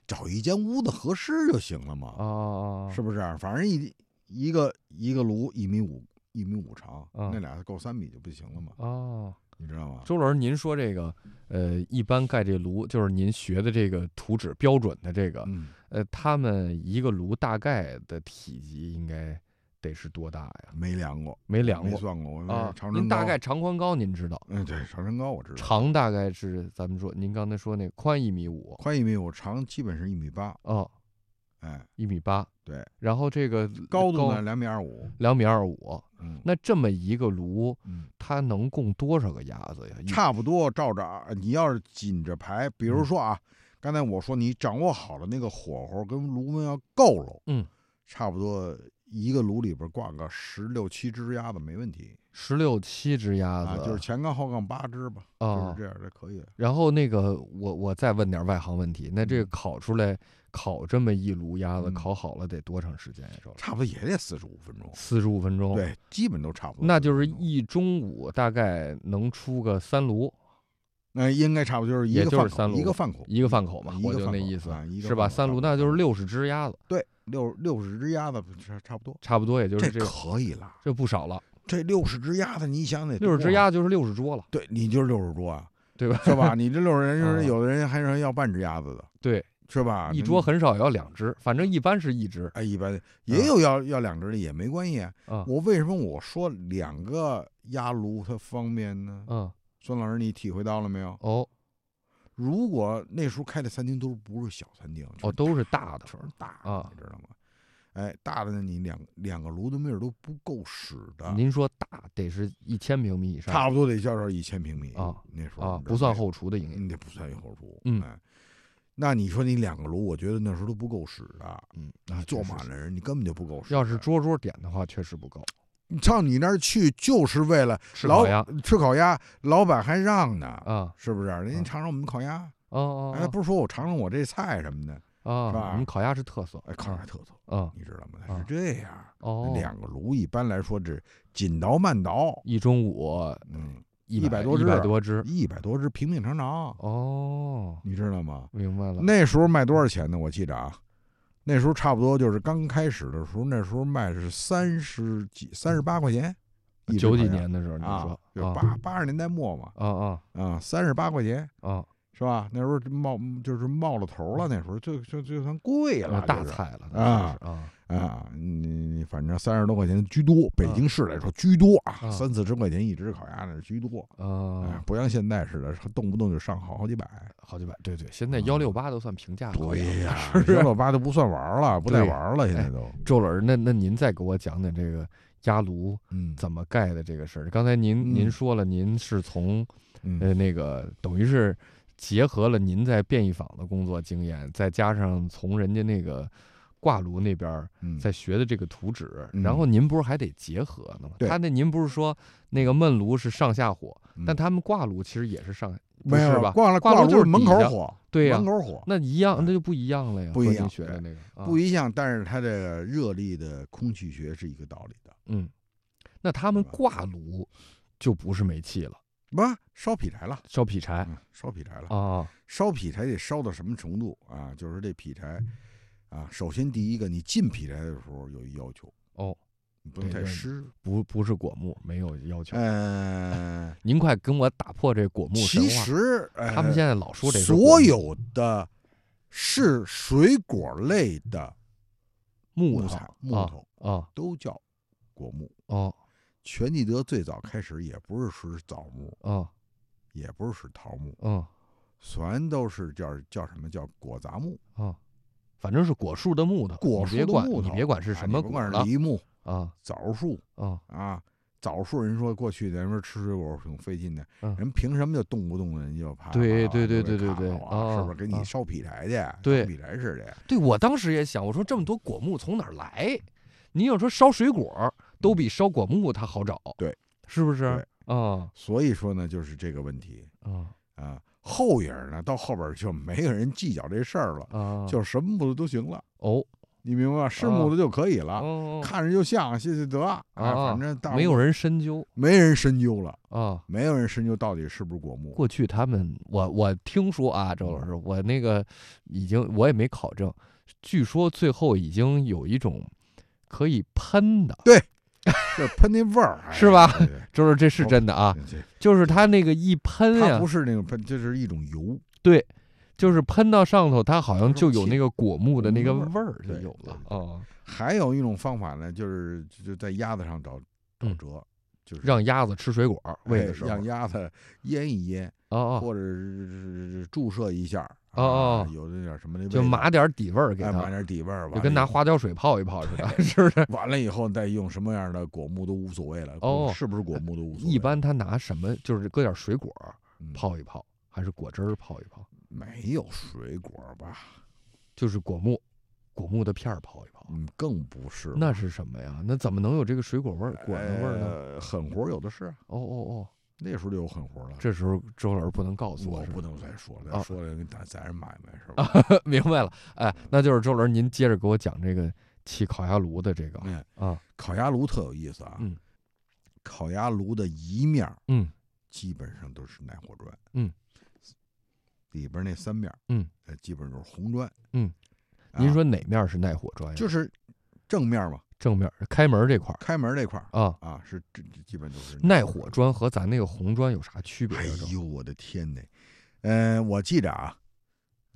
S2: 找一间屋子合适就行了嘛，
S1: 哦
S2: 是不是？反正一一个一个炉一米五一米五长，
S1: 啊
S2: 那俩够三米就不行了嘛，
S1: 哦。
S2: 你知道吗？
S1: 周老师，您说这个，呃，一般盖这炉，就是您学的这个图纸标准的这个，
S2: 嗯，
S1: 呃，他们一个炉大概的体积应该得是多大呀？
S2: 没量过，
S1: 没量
S2: 没
S1: 过
S2: 算过，我
S1: 啊。
S2: 长
S1: 您
S2: 身
S1: 大
S2: 高
S1: 概，长宽高您知道，
S2: 嗯，对，长身高我知道，
S1: 长大概是咱们说您刚才说那宽一米五，
S2: 宽一米五，长基本是一米八，
S1: 哦，
S2: 哎，
S1: 一米八，
S2: 对，
S1: 然后这个
S2: 高度呢
S1: 高
S2: 两米二五，
S1: 两米二五，
S2: 嗯，
S1: <laughs> 那这么一个炉，
S2: 嗯
S1: 它能供多少个鸭子呀？一
S2: 差不多照着啊，你要是紧着排，
S1: 嗯
S2: 比如说啊，刚才我说你掌握好了那个火候跟炉温要够了，
S1: 嗯，
S2: 差不多一个炉里边挂个十六七只鸭子没问题
S1: 十六七只鸭
S2: 啊，
S1: 子，
S2: 就是前杠后杠八只吧，就是
S1: 啊
S2: 这样就可以了。
S1: 然后那个，我我再问点外行问题，那这个
S2: 嗯
S1: 烤出来，烤这么一炉鸭子，
S2: 嗯
S1: 烤好了得多长时间呀？周老师？
S2: 差不多也得四十五分钟，
S1: 四十五分钟。，
S2: 对，基本都差不多
S1: 哦
S2: 45分钟。
S1: 那就是一中午大概能出个三炉，
S2: 那应该差不多就是一
S1: 也
S2: 个
S1: 就是
S2: 饭口
S1: 三
S2: 一
S1: 炉
S2: 个饭口
S1: 一个饭口嘛，
S2: 一
S1: 我
S2: 个
S1: 就
S2: 饭
S1: 那
S2: 口
S1: 意思
S2: 啊一个
S1: 是吧？
S2: 饭口
S1: 三
S2: 差
S1: 炉
S2: 不
S1: 那
S2: 多
S1: 就是六十只鸭子，
S2: 六六十只鸭子差差不多，
S1: 差不多也就是
S2: 这
S1: 这
S2: 可以了。
S1: 这不少了，
S2: 这六十只鸭子，你想得
S1: 六十
S2: 多
S1: 只
S2: 啊
S1: 鸭子就是六十桌了，
S2: 对，你就是六十桌啊，
S1: 对吧？
S2: 是吧？你这六
S1: <laughs>
S2: 十人，就是
S1: 嗯
S2: 有的人还有人要半只鸭子的，
S1: 对，
S2: 是吧？
S1: 一
S2: 啊那
S1: 桌
S2: 你
S1: 很少要两只，反正一般是一只
S2: 哎，一般也有要要两只的，也没关系啊。
S1: 啊
S2: 我为什么我说两个鸭炉它方便呢？
S1: 嗯
S2: 孙老师，你体会到了没有？
S1: 哦
S2: 如果那时候开的餐厅都不是小餐厅，
S1: 哦
S2: 全
S1: 都是大的
S2: 全是大的
S1: 啊
S2: 你知道吗？哎，大的呢，你两两个炉子面都不够使的，
S1: 您说大得是一千平米以上
S2: 差不多得要到一千平米
S1: 啊
S2: 那时候
S1: 啊
S2: 你，知
S1: 不
S2: 道
S1: 算
S2: 那
S1: 后厨的营业。
S2: 你得不算一会儿炉，
S1: 嗯
S2: 哎，那你说你两个炉，我觉得那时候都不够使的，
S1: 嗯，
S2: 你坐满
S1: 了。
S2: 了人，你根本就不够使的。
S1: 要是桌桌点的话，确实不够。
S2: 你上你那儿去，就是为了
S1: 吃
S2: 老
S1: 烤鸭
S2: 吃烤鸭，老板还让呢，
S1: 啊，
S2: 是不是？人家
S1: 啊
S2: 尝尝我们烤鸭，
S1: 哦
S2: 哎，
S1: 哦
S2: 不是说我尝尝我这菜什么的，
S1: 哦啊，
S2: 是吧
S1: 我们烤鸭是特色，
S2: 哎，烤鸭特色，
S1: 啊，
S2: 你知道吗？它
S1: 啊
S2: 是这样，
S1: 哦，
S2: 两个炉一般来说这紧倒慢倒，
S1: 一中午
S2: 嗯，
S1: 一
S2: 100多只
S1: 一百多只，
S2: 一百多只平平常常，
S1: 哦，
S2: 你知道吗？
S1: 明白了，
S2: 那时候卖多少钱呢？我记着啊，那时候差不多就是刚开始的时候，那时候卖是三十几、三十八块钱，一只
S1: 啊九几
S2: 烤鸭
S1: 年的时候你
S2: 啊
S1: 说，
S2: 就
S1: 啊
S2: 八八十年代末嘛，
S1: 啊啊
S2: 啊，三十八块钱
S1: 啊，
S2: 是吧？那时候冒就是冒了头了，那时候就就就算贵了，
S1: 那呃大
S2: 就是
S1: 菜了
S2: 啊
S1: 啊，
S2: 啊，你你反正三十多块钱居多，北
S1: 嗯
S2: 京市来说居多啊，
S1: 啊
S2: 三四十块钱一只烤鸭那是居多。哎
S1: 啊，，
S2: 不像现在似的，动不动就上好好几百。
S1: 好几百，对对，现在幺六八都算平价烤鸭了。
S2: 呀，幺六啊八都不算玩儿了，不带
S1: 对
S2: 玩儿了，现在
S1: 哎
S2: 都。
S1: 周老师，那那您再给我讲讲这个鸭炉
S2: 嗯，
S1: 怎么盖的这个事儿。刚才您
S2: 嗯
S1: 您说了，您是从
S2: 嗯
S1: 呃，那个等于是结合了您在便衣坊的工作经验，再加上从人家那个挂炉那边儿
S2: 嗯
S1: 再学的这个图纸，
S2: 嗯
S1: 然后您不是还得结合呢吗？
S2: 对
S1: 他那您不是说那个焖炉是上下火，但
S2: 嗯
S1: 他们挂炉其实也是上，不
S2: 没有
S1: 是吧？
S2: 挂了
S1: 挂
S2: 挂
S1: 炉
S2: 炉
S1: 就是
S2: 门
S1: 底
S2: 口
S1: 下
S2: 火，
S1: 对呀
S2: 门口火
S1: 那一样，
S2: 哎
S1: 那就不一样了呀。
S2: 不一
S1: 和
S2: 样
S1: 您学的那个啊
S2: 不一样，但是它这个热力的空气学是一个道理的。
S1: 嗯，那他们
S2: 是吧
S1: 挂炉就不是煤气了，
S2: 不，烧劈柴了，
S1: 烧劈柴
S2: 嗯，烧劈柴了，
S1: 啊
S2: 烧劈柴得烧到什么程度啊？就是这劈柴啊，首先第一个，你进劈柴的时候有一要求，
S1: 哦，
S2: 你不能
S1: 对
S2: 太
S1: 对
S2: 湿。
S1: 不不是果木，没有要
S2: 哎
S1: 求。
S2: 呃，
S1: 您快跟我打破这 <laughs> 果木神
S2: 其
S1: 话。
S2: 实、呃、
S1: 他们现在老说这是果
S2: 所
S1: 木
S2: 有的是水果类的
S1: 木
S2: 木
S1: 头
S2: 材木
S1: 啊
S2: 头
S1: 啊
S2: 都叫果木。
S1: 哦
S2: 全聚德最早开始也不是使枣木，
S1: 哦
S2: 也不是使桃木，
S1: 哦
S2: 全都是叫叫什么叫果杂木，
S1: 哦，反正是果树的木头，
S2: 果
S1: 你
S2: 树
S1: 别
S2: 的
S1: 管
S2: 木头，
S1: 你别管是什么
S2: 啊你甭
S1: 果
S2: 管
S1: 了
S2: 是梨木、
S1: 啊
S2: 枣树
S1: 啊
S2: 啊，少数人说过去咱们吃水果挺费劲的，
S1: 嗯
S2: 人凭什么就动不动的人就啪啪啪
S1: 对
S2: 啪
S1: 对对
S2: 就被
S1: 对对
S2: 砍
S1: 对
S2: 了啊是
S1: 啊
S2: 不是给
S1: 啊
S2: 你烧劈柴去？
S1: 对
S2: 烧劈柴似的。
S1: 对我当时也想，我说这么多果木从哪儿来？你要说烧水果都比烧果木它好找，
S2: 对，
S1: 是不是？
S2: 对
S1: 啊
S2: 所以说呢，就是这个问题
S1: 啊
S2: 啊。后影儿呢，到后边儿就没有人计较这事儿了，
S1: 啊！
S2: 就是什么木头都行了，
S1: 哦
S2: 你明白吗？是
S1: 嗯
S2: 木头就可以了，
S1: 哦，
S2: 看着就像，谢谢得啊，
S1: 啊
S2: 反正大
S1: 没有
S2: 人
S1: 人深究
S2: 没人深究了，
S1: 啊。
S2: 没有人深究到底是不是果木。
S1: 过去他们，我我听说啊，周老师，我那个已经我也没考证，据说最后已经有一种可以喷的，
S2: 这喷那味儿哎
S1: 是吧
S2: 对对
S1: 周老师这是真的 <laughs> 啊，
S2: 对
S1: 就是它那个一喷
S2: 它
S1: 呀
S2: 不，是那种喷，这是一种油，
S1: 就是喷到上头，它好像
S2: 它是
S1: 就有那个果木的那个
S2: 果木
S1: 味儿就
S2: 对
S1: 有
S2: 对
S1: 了
S2: 对
S1: 啊，
S2: 还有一种方法呢，就是就就在鸭子上找找
S1: 嗯
S2: 辙，就是
S1: 让鸭子吃水果喂
S2: 哎
S1: 的时候，
S2: 让鸭子腌一腌，
S1: 哦哦，
S2: 或者是注射一下，
S1: 哦
S2: 啊
S1: 哦
S2: 有那点什么那味
S1: 就
S2: 道
S1: 麻点儿底味儿给
S2: 哎
S1: 它
S2: 抹，点底味儿，
S1: 就
S2: 完
S1: 跟
S2: 了
S1: 拿
S2: 以后
S1: 花椒水泡一泡似 <laughs> 的，是不是？
S2: 完了以后再用什么样的果木都无所谓了，
S1: 哦
S2: 是不是果木都无所谓。
S1: 一般他拿什么？就是搁点水果
S2: 嗯
S1: 泡一泡，还是果汁儿泡一泡？
S2: 没有水果吧，
S1: 就是果木，果木的片儿泡一泡。
S2: 嗯，更不是
S1: 那是什么呀？那怎么能有这个水果味儿、果的味儿呢？
S2: 呃狠活儿有的是啊，
S1: 哦哦哦，
S2: 那时候就有狠活儿了。
S1: 这时候周老师不能告诉
S2: 我
S1: 我，是吧 <laughs>
S2: 不能再说了，
S1: 啊
S2: 再说了跟咱咱是买卖是吧？
S1: 明白了。哎，那就是周老师，您接着给我讲这个砌烤鸭炉的这个
S2: 哎
S1: 啊，
S2: 烤鸭炉特有意思啊，
S1: 嗯
S2: 烤鸭炉的一面儿
S1: 嗯
S2: 基本上都是耐火砖，
S1: 嗯，里
S2: 里边那三面儿，
S1: 嗯
S2: 呃，基本都是红砖，
S1: 嗯
S2: 啊，
S1: 您说哪面是耐火砖呀？
S2: 就是正面嘛，
S1: 正面开门这块儿
S2: 开门这块儿
S1: 啊，
S2: 啊，是这这基本都是
S1: 耐火。砖和咱那个红砖有啥区别
S2: 嗯哎
S1: 呀？周
S2: 呦，我的天哪！呃，我记着啊，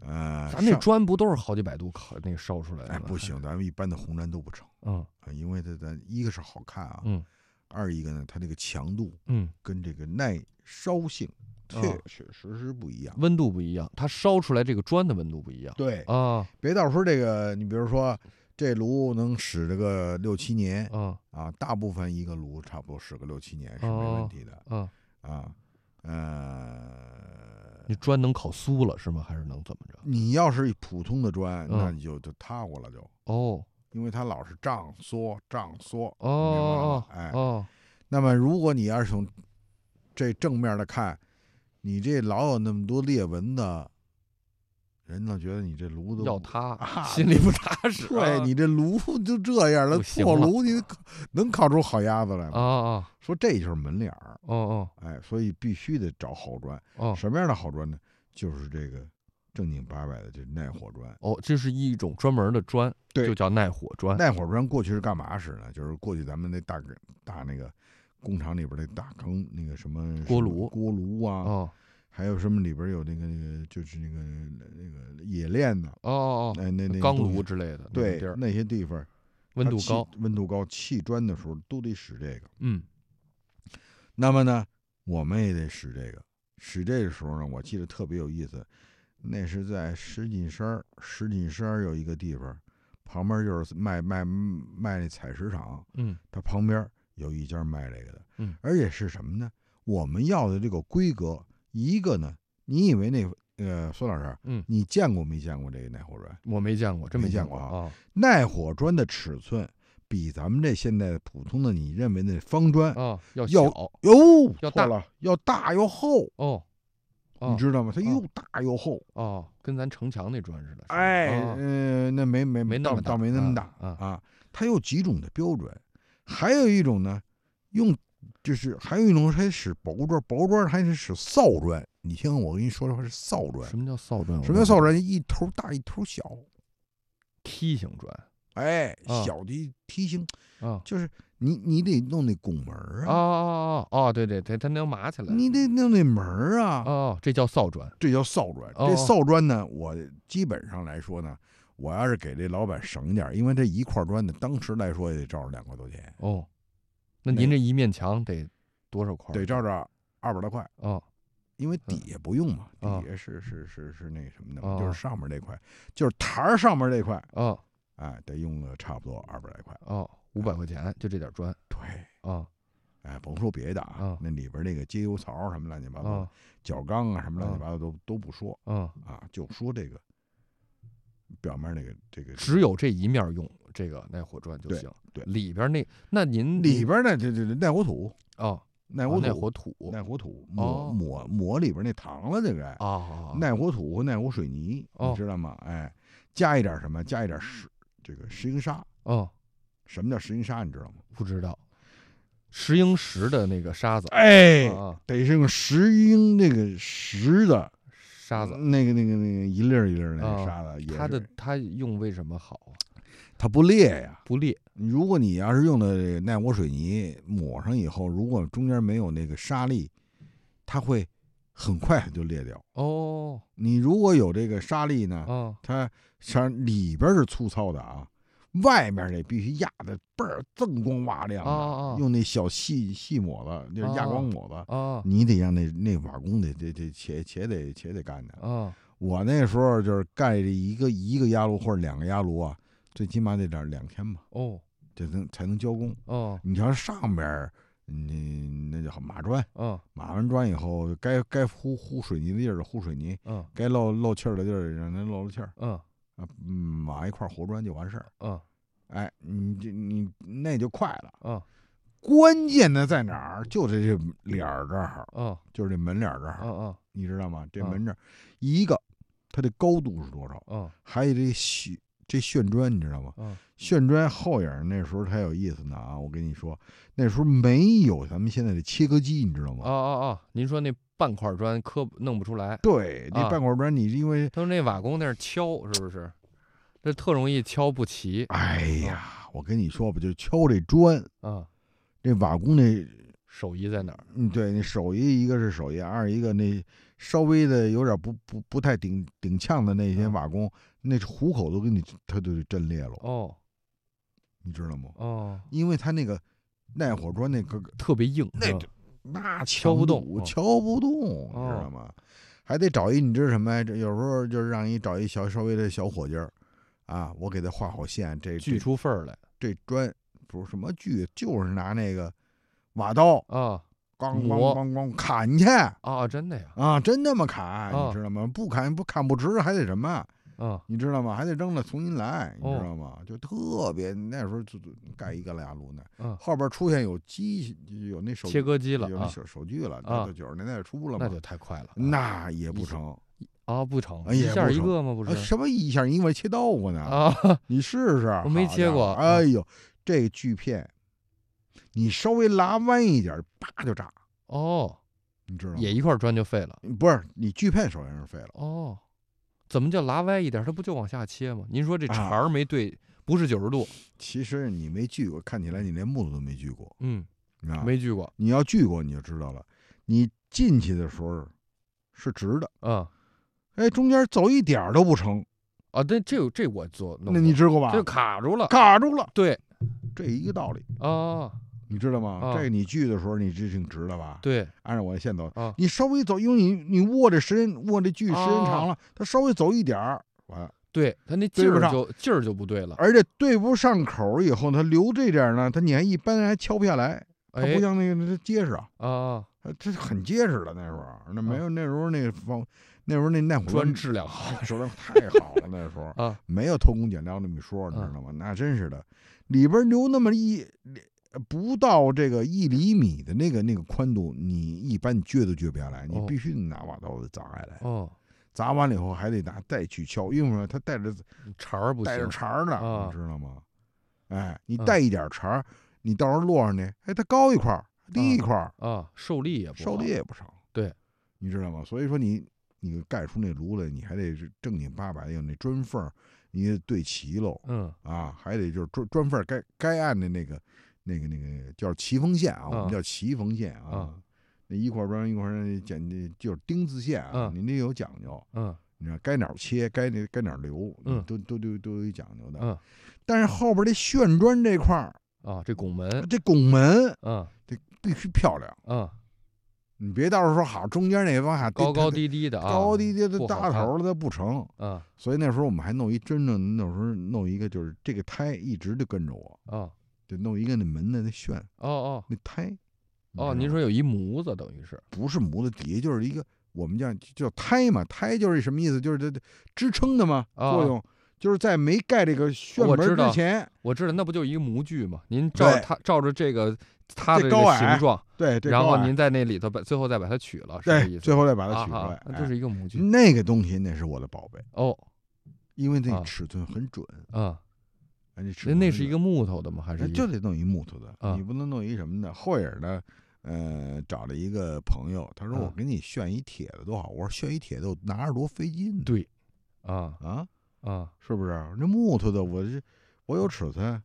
S2: 呃，
S1: 咱那
S2: 上
S1: 砖不都是好几百度烤那个烧出来的吗？
S2: 哎不行，咱们一般的红砖都不成
S1: 嗯
S2: 啊，因为它咱一个是好看啊，
S1: 嗯
S2: 二一个呢，它这个强度
S1: 嗯，
S2: 跟这个耐烧性
S1: 啊
S2: 确确实实不一样。
S1: 温度不一样，它烧出来这个砖的温度不一样
S2: 对，
S1: 啊
S2: 别到时候这个，你比如说这炉能使这个六七年
S1: 啊
S2: 啊，大部分一个炉差不多使个六七年是没问题的
S1: 啊！
S2: 啊。呃，
S1: 你砖能烤酥了是吗？还是能怎么着？
S2: 你要是普通的砖，
S1: 嗯
S2: 那你就就塌过了就，
S1: 哦
S2: 因为它老是胀缩胀缩。
S1: 哦哦
S2: 明白了吗哎
S1: 哦
S2: 那么如果你要是从这正面的看，你这老有那么多裂纹的，人呢觉得你这炉
S1: 哦，
S2: 子
S1: 要塌
S2: 啊，
S1: 心里不踏实啊。
S2: <laughs> 对你这炉就这样了，
S1: 不行
S2: 破
S1: 了
S2: 炉你烤能烤出好鸭子来
S1: 啊
S2: 吗？
S1: 啊
S2: 说这就是门脸儿，
S1: 哦哦
S2: 哎，所以必须得找好砖。
S1: 哦
S2: 什么样的好砖呢？就是这个正经八百的，这耐火砖。
S1: 哦，这是一种专门的砖，
S2: 对
S1: 就叫耐火砖。
S2: 耐火砖过去是干嘛使呢？就是过去咱们那大个大那个工厂里边那大坑那个什么什么
S1: 锅炉
S2: 锅炉啊，
S1: 哦
S2: 还有什么里边有那个那个就是那个那个冶炼呐，
S1: 哦哦哦，
S2: 哎那那
S1: 钢
S2: 东西
S1: 炉之类的，那种
S2: 对
S1: 地儿
S2: 那些地方
S1: 温
S2: 它
S1: 度
S2: 砌
S1: 高。，
S2: 温度高砌砖的时候都得使这个。
S1: 嗯
S2: 那么呢，我们也得使这个。使这个时候呢，我记得特别有意思，那是在石景山儿，石景山儿有一个地方，旁边就是卖卖卖那采石场，
S1: 嗯
S2: 它旁边有一家卖这个的。
S1: 嗯，
S2: 而且是什么呢？我们要的这个规格，一个呢，你以为那呃，孙老师，
S1: 嗯，
S2: 你见过没见过这个耐火砖？
S1: 我没见过，真
S2: 没见
S1: 过
S2: 过啊
S1: 啊
S2: 耐火砖的尺寸比咱们这现在普通的你认为的方砖
S1: 啊，要
S2: 要
S1: 小
S2: 哟，
S1: 要
S2: 错
S1: 大
S2: 了，要大又厚，
S1: 哦。哦
S2: 你知道吗？它
S1: 哦
S2: 又大又厚。
S1: 哦，跟咱城墙那砖似的。是吧
S2: 哎，
S1: 啊
S2: 呃，那没没
S1: 没那
S2: 倒
S1: 么大
S2: 倒没那么大
S1: 啊啊
S2: 它有几种的标准，还有一种呢，用就是还有一种还使薄砖，薄砖还是使扫砖。你听我跟你说的话是扫砖，
S1: 什么叫扫砖？
S2: 什么叫扫？砖？一头大一头小，
S1: 梯形砖
S2: 哎，
S1: 啊
S2: 小的梯形，
S1: 啊
S2: 就是你你得弄那拱
S1: 啊
S2: 门儿
S1: 啊
S2: 啊，
S1: 啊啊！哦对对对，它能码起来。
S2: 你得弄那门儿啊，
S1: 哦，这叫扫砖。
S2: 这叫扫砖。
S1: 哦
S2: 这扫砖呢，我基本上来说呢，我要是给这老板省点儿，因为这一块砖呢，当时来说也得照着两块多钱，
S1: 哦，那
S2: 那
S1: 您这
S2: 个
S1: 一面墙得多少块儿？
S2: 得照着二百来块，
S1: 哦
S2: 因为底下不用嘛，
S1: 啊
S2: 底下是是是是那什么的
S1: 哦
S2: 嘛，就是上面这块，就是台儿上面这块，
S1: 哦
S2: 哎，得用个差不多二百来块。
S1: 哦，五百块钱就这点砖
S2: 对，
S1: 啊
S2: 哎，甭说别的
S1: 嗯
S2: 啊，那里边那个接油槽什么乱七八糟
S1: 嗯
S2: 的，角钢啊什么乱
S1: 嗯
S2: 七八糟都都不说
S1: 嗯，
S2: 啊，就说这个表面那个这个
S1: 只有这一面用这个耐火砖就
S2: 对
S1: 行。
S2: 对
S1: 里边那那您
S2: 里边那这这这耐火土，
S1: 哦，
S2: 耐
S1: 啊
S2: 火
S1: 耐
S2: 土，
S1: 火土
S2: 耐火土
S1: 哦
S2: 抹抹抹里边那糖了，这个哎
S1: 啊啊，啊
S2: 耐火土和耐火水泥，
S1: 哦
S2: 你知道吗？哎，加一点什么？加一点石这个石英砂。
S1: 嗯，
S2: 什么叫石英砂？你知道吗？
S1: 不知道，石英石的那个沙子，
S2: 哎
S1: 啊啊
S2: 得是用石英那个石的
S1: 沙子，
S2: 那个那个那个一粒儿一粒儿那
S1: 啊
S2: 个沙嗯子，也
S1: 它的
S2: 是
S1: 它用为什么好啊？
S2: 它不裂呀。
S1: 不裂
S2: 如果你要是用的这个耐磨水泥抹上以后，如果中间没有那个沙粒，它会很快就裂掉。
S1: 哦，
S2: 你如果有这个沙粒呢，
S1: 啊
S2: 它它里边是粗糙的啊，外面得必须压的倍儿锃光瓦亮的，
S1: 啊啊
S2: 用那小细细抹子，就是压光抹子，
S1: 啊
S2: 你得让那那瓦工得得得且且得且得干的。
S1: 啊
S2: 我那时候就是盖着一个一个压炉或者两个压炉啊，最起码得两两天吧，
S1: 哦
S2: 这能才能交工。
S1: 哦
S2: 你瞧上边儿，你那叫码砖，
S1: 嗯
S2: 码完砖以后，该该糊糊水泥的地儿糊水泥，
S1: 嗯
S2: 该漏漏气儿的地儿让它漏漏气儿。
S1: 嗯
S2: 啊，嗯，码一块活砖就完事儿。
S1: 嗯
S2: 哎，你这你那就快了。
S1: 嗯
S2: 关键的在哪儿？就这这脸儿这儿，
S1: 嗯
S2: 就是这门脸儿这儿，
S1: 嗯
S2: 你知道吗？这
S1: 啊
S2: 门这儿，一个它的高度是多少？
S1: 嗯
S2: 还有这旋这旋砖，你知道吗？
S1: 嗯
S2: 旋砖后影儿那时候才有意思呢啊！我跟你说，那时候没有咱们现在的切割机，你知道
S1: 啊
S2: 吗？
S1: 啊啊！您说那半块砖磕不弄不出来，
S2: 对，那
S1: 啊
S2: 半块砖，你因为
S1: 他说那瓦工那儿敲是不是？这特容易敲不齐
S2: 哎
S1: 嗯
S2: 呀，我跟你说吧，就敲这砖，
S1: 啊，
S2: 这瓦工那
S1: 手艺在哪儿？
S2: 嗯，对，那手艺一个是手艺，二一个那稍微的有点不不不太顶顶呛的那些
S1: 嗯
S2: 瓦工，那虎口都给你他都震裂了，
S1: 哦
S2: 你知道吗？
S1: 哦，
S2: 因为他那个耐火砖那个
S1: 特别硬，嗯
S2: 那
S1: 是吧
S2: 那
S1: 敲不
S2: 强
S1: 动
S2: 度
S1: 哦
S2: 敲不动，你知
S1: 哦
S2: 道吗？还得找一你知道什么呀？这有时候就是让你找一小稍微的小伙计儿啊，我给他画好线，这
S1: 锯
S2: 这
S1: 出缝儿来
S2: 这砖不是什么锯，就是拿那个瓦刀
S1: 啊
S2: 咣咣
S1: 磨
S2: 咣咣砍去。
S1: 啊，真的呀
S2: 啊，真那么砍，
S1: 啊
S2: 你知道吗？不砍不砍不直，还得什么？
S1: 啊
S2: 你知道吗？还得扔了重新来，你
S1: 哦
S2: 知道吗？就特别那时候就就盖一个俩路呢，
S1: 嗯
S2: 后边出现有机有那手
S1: 切割机了
S2: 有那
S1: 啊，
S2: 手手锯了，
S1: 啊
S2: 那都九十年代初了
S1: 那
S2: 嘛
S1: 就，太快了啊，
S2: 那也不成，
S1: 啊不成，
S2: 哎
S1: 一
S2: 也
S1: 下
S2: 不
S1: 一
S2: 成
S1: 个吗？不
S2: 啊
S1: 是
S2: 什么一下因为切豆腐呢？
S1: 啊，
S2: 你试试，
S1: 我没
S2: 好
S1: 切
S2: 家伙
S1: 过啊
S2: 哎呦，这个锯片，你稍微拉弯一点，叭就炸，
S1: 哦，
S2: 你知道吗？
S1: 也一块砖就废了
S2: 不是你锯片首先是废了。
S1: 哦。怎么叫拉歪一点？它不就往下切吗？您说这
S2: 啊
S1: 茬儿没对，不是九十度，
S2: 其实你没锯过，看起来你连木头都没锯过，
S1: 嗯，
S2: 你知道吗？
S1: 没锯过，
S2: 你要锯过你就知道了。你进去的时候是直的，
S1: 嗯
S2: 哎，中间走一点儿都不成，
S1: 啊，这这这我做弄
S2: 那你
S1: 过
S2: 知过吧
S1: 这？卡住了，
S2: 卡住了，
S1: 对
S2: 这一个道理，
S1: 啊，
S2: 你知道吗？
S1: 啊
S2: 这个你锯的时候你这挺直的吧？，
S1: 对
S2: 按照我的线走，
S1: 啊
S2: 你稍微走，因为你你握这时间握这锯时间长了，
S1: 啊
S2: 它稍微走一点儿，完了，
S1: 对，它那劲
S2: 对不
S1: 儿
S2: 上
S1: 就劲儿就不对了，
S2: 而且对不上口儿以后，它留这点儿呢，它你还一般人还敲不下来，它
S1: 哎
S2: 不像那个它结实啊。
S1: 啊啊，
S2: 呃，这很结实的那时候，那没有那时候那房，那时候那耐火
S1: 砖嗯质量好
S2: 手量太好了，那时候
S1: 啊，嗯
S2: 没有偷工减料那么一说，你知道吗？那真是的，里边留那么一呃不到这个一厘米的那个那个宽度，你一般你撅都撅不下来，你
S1: 哦
S2: 必须得拿把刀子砸下来，
S1: 哦，
S2: 砸完了以后还得拿再去敲，因为什么它带着
S1: 茬儿不
S2: 带着
S1: 行，
S2: 茬儿呢，
S1: 啊
S2: 你知道吗？哎，你
S1: 嗯
S2: 带一点茬儿，你到时候落上去，哎，它高一块儿，低一块儿。
S1: 啊，受力也不
S2: 烧
S1: 好
S2: 的也不少，
S1: 对，
S2: 你知道吗？所以说你你盖出那炉来，你还得是正经八百的有那砖缝儿，你得对齐喽
S1: 嗯
S2: 啊，还得就是砖砖缝儿该该按的那个那个那个叫齐缝线啊，我
S1: 嗯
S2: 们叫齐缝线
S1: 嗯
S2: 啊，那一块砖一块砖剪的就是丁字线啊，
S1: 嗯
S2: 你得有讲究。
S1: 嗯
S2: 你知道该哪儿切，该哪该哪儿留，
S1: 嗯
S2: 都都都都有讲究的。
S1: 嗯
S2: 但是后边这旋砖这块儿，
S1: 啊，这拱
S2: <laughs>
S1: 门，
S2: 这拱门
S1: 嗯
S2: 必须漂亮，
S1: 嗯，
S2: 你别到时候说好中间那往下
S1: 高
S2: 低它
S1: 高低低的啊，
S2: 高低低的
S1: 不好
S2: 大
S1: 看
S2: 头儿它不成，
S1: 啊
S2: 所以那时候我们还弄一真正那时候弄一个就是这个胎一直就跟着我，
S1: 啊，哦
S2: 就弄一个那门的那旋
S1: 哦
S2: 那胎你知道
S1: 哦，
S2: 吗
S1: 您说有一模子，等于是
S2: 不是模子，底下就是一个我们叫叫胎嘛，胎就是什么意思？就是这这支撑的嘛
S1: 啊
S2: 作用，就是在没盖这个旋
S1: 我
S2: 门
S1: 知道
S2: 之前，
S1: 我知道，那不就是一个模具嘛？您照着
S2: 对
S1: 它，照着这个它的
S2: 这
S1: 这
S2: 高
S1: 个
S2: 矮
S1: 形状，
S2: 对，这
S1: 然
S2: 高
S1: 后
S2: 矮
S1: 您在那里头把最后再把它取了，是这意
S2: 对
S1: 思？
S2: 最后再把它
S1: 啊
S2: 取出
S1: 哈
S2: 来，
S1: 那就
S2: 哎
S1: 是一个模具。
S2: 那个东西，那是我的宝贝，
S1: 哦，
S2: 因为那
S1: 啊
S2: 个尺寸很准，
S1: 啊，
S2: 哎，那尺
S1: 那
S2: 寸
S1: 那
S2: 很
S1: 是一
S2: 准
S1: 个木头的吗？还是
S2: 那
S1: 一
S2: 就得弄一木头的，
S1: 啊
S2: 你不能弄一什么的。后影呢，呃，找了一个朋友，他说
S1: 啊
S2: 我给你炫一铁的多好，我说炫一铁的我拿着多费劲呢，
S1: 对啊
S2: 啊，
S1: 啊
S2: 是不是？那木头的我这我有尺寸，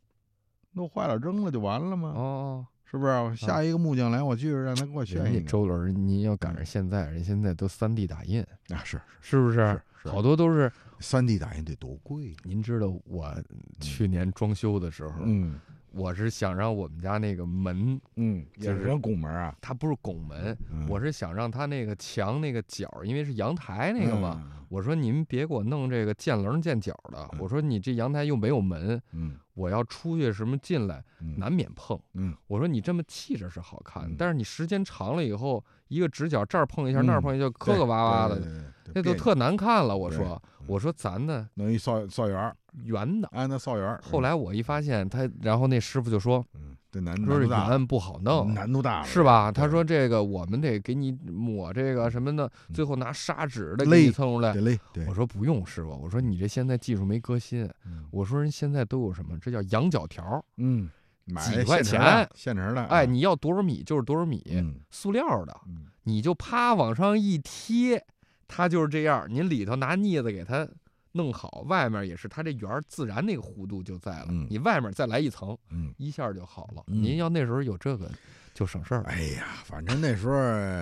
S2: 弄坏了扔了就完了
S1: 哦
S2: 吗？
S1: 哦，
S2: 是不是？啊我下一个木匠来，我去让他给我炫
S1: 人
S2: 一
S1: 家
S2: 个。
S1: 周伦，您要赶上现在，人现在都三 D 打印，
S2: 啊，是
S1: 是不是
S2: 是？是，
S1: 好多都是，
S2: 三 D 打印得多贵？
S1: 您知道我去年装修的时候，
S2: 嗯
S1: 我是想让我们家那个门，
S2: 嗯，
S1: 就
S2: 也
S1: 是
S2: 是人拱门啊。
S1: 它不是拱门，
S2: 嗯
S1: 我是想让它那个墙那个角，因为是阳
S2: 嗯
S1: 台那个嘛。，我说您别给我弄这个见棱见角的，
S2: 嗯
S1: 我说你这阳台又没有门，
S2: 嗯
S1: 我要出去什么进来
S2: 嗯，
S1: 难免碰。
S2: 嗯
S1: 我说你这么砌着是好看，
S2: 嗯
S1: 但是你时间长了以后，一个直角这儿碰一下，
S2: 嗯
S1: 那儿碰一下，磕磕巴巴
S2: 对
S1: 啊的，
S2: 对对对
S1: 那
S2: 别
S1: 都
S2: 扭
S1: 特难看了。我
S2: 对嗯
S1: 说，我说咱呢
S2: 弄一扫扫园儿，
S1: 圆的。
S2: 安的扫园儿。
S1: 后来我一发现他，然后那师傅就说，
S2: 嗯，这难难
S1: 说是
S2: 度大了，嗯
S1: 圆不好弄，
S2: 难度大了，
S1: 是吧？
S2: 啊对
S1: 他说这个我们得给你抹这个什么的，最后拿砂纸的给
S2: 嗯勒
S1: 你蹭出来
S2: 得。嘞，对
S1: 我，说不用，师傅，我说你这现在技术没革新，
S2: 嗯
S1: 我说人现在都有什么？这叫羊角条儿，
S2: 嗯，买
S1: 几块
S2: 现成的
S1: 钱
S2: 现成的，
S1: 哎，
S2: 啊，
S1: 你要多少米就是多少米，
S2: 嗯
S1: 塑料的，
S2: 嗯，
S1: 你就啪往上一贴，它就是这样。您里头拿镊子给它弄好，外面也是，它这圆儿自然那个弧度就在了。
S2: 嗯
S1: 你外面再来一层，
S2: 嗯，
S1: 一下就好了。
S2: 嗯
S1: 您要那时候有这个，就省事儿了。
S2: 哎呀，反正那时候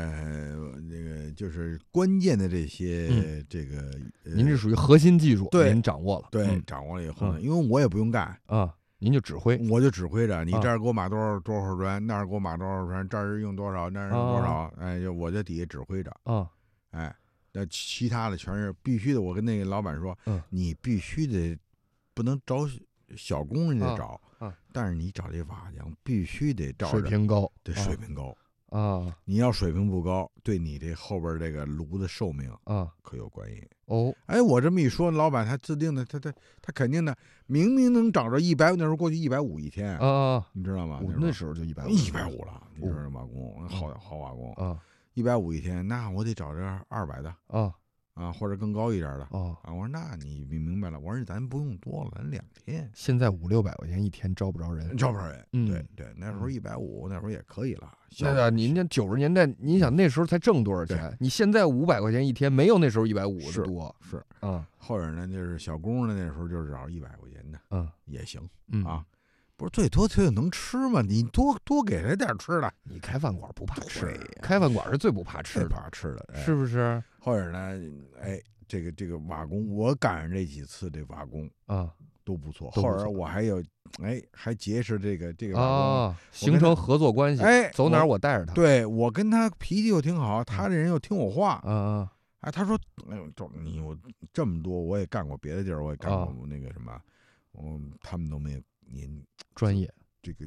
S2: 呃那个就是关键的这些这个，呃
S1: 嗯您是属于核心技术，
S2: 对
S1: 您掌握了，
S2: 对
S1: 嗯
S2: 掌握了以后呢，
S1: 嗯
S2: 因为我也不用干。
S1: 啊，您就指挥
S2: 我就指挥着，你
S1: 啊
S2: 这儿给我码多少多少砖，那儿给我码多少砖，这儿用多少，那儿用多
S1: 哦
S2: 少，哎，就我在底下指挥着。
S1: 啊，
S2: 哎，那其他的全是必须的。我跟那个老板说，
S1: 嗯
S2: 你必须得不能找小工人家
S1: 啊
S2: 找，
S1: 啊
S2: 但是你找这瓦匠必须得照
S1: 水
S2: 着
S1: 平高，
S2: 对
S1: 啊
S2: 水平高。
S1: 啊
S2: 你要水平不高，对你这后边这个炉子寿命
S1: 啊
S2: 可有关系。
S1: 哦
S2: 哎，我这么一说，老板他自定的，他他他肯定的，明明能找着一百，那时候过去一百五一天，
S1: 啊啊，
S2: 你知道吗？
S1: 我那时候就一百五，
S2: 一百五了，你
S1: 哦
S2: 说这瓦工好好瓦工，
S1: 啊
S2: 一百五一天，那我得找这二百的
S1: 啊
S2: 啊，或者更高一点的。
S1: 哦。
S2: 啊，我说那你明明白了，我说咱不用多了，咱两天
S1: 现在五六百块钱一天招不着人，
S2: 招不着人。对
S1: 嗯
S2: 对，那时候一百五，那时候也可以了。
S1: 那个您这九十年代，您想那时候才挣多少钱？你现在五百块钱一天，没有那时候一百五
S2: 是
S1: 的多。
S2: 是
S1: 啊，
S2: 后边呢，就是小工呢，那时候就是找一百块钱的
S1: 嗯
S2: 也行，
S1: 嗯
S2: 啊不是最多最能吃嘛，你多多给他点吃的，
S1: 你开饭馆不怕吃
S2: 对呀，
S1: 开饭馆是最不怕吃的，
S2: 吧？吃的哎
S1: 是不是？
S2: 后边呢，哎，这个这个瓦工，我赶上这几次这瓦工
S1: 啊
S2: 都不错。哦
S1: 都不
S2: 后
S1: 错
S2: 边我还有哎，还结识这个这个瓦工。
S1: 啊，形成合作关系，
S2: 哎，
S1: 走哪儿
S2: 我嗯
S1: 我带着他。
S2: 对我跟他脾气又挺好，他这人又听我话，
S1: 啊啊
S2: 哎，他说，哎呦，这你我这么多，我也干过别的地儿，我也干
S1: 啊
S2: 过那个什么，嗯，他们都没有您
S1: 专业。
S2: 这个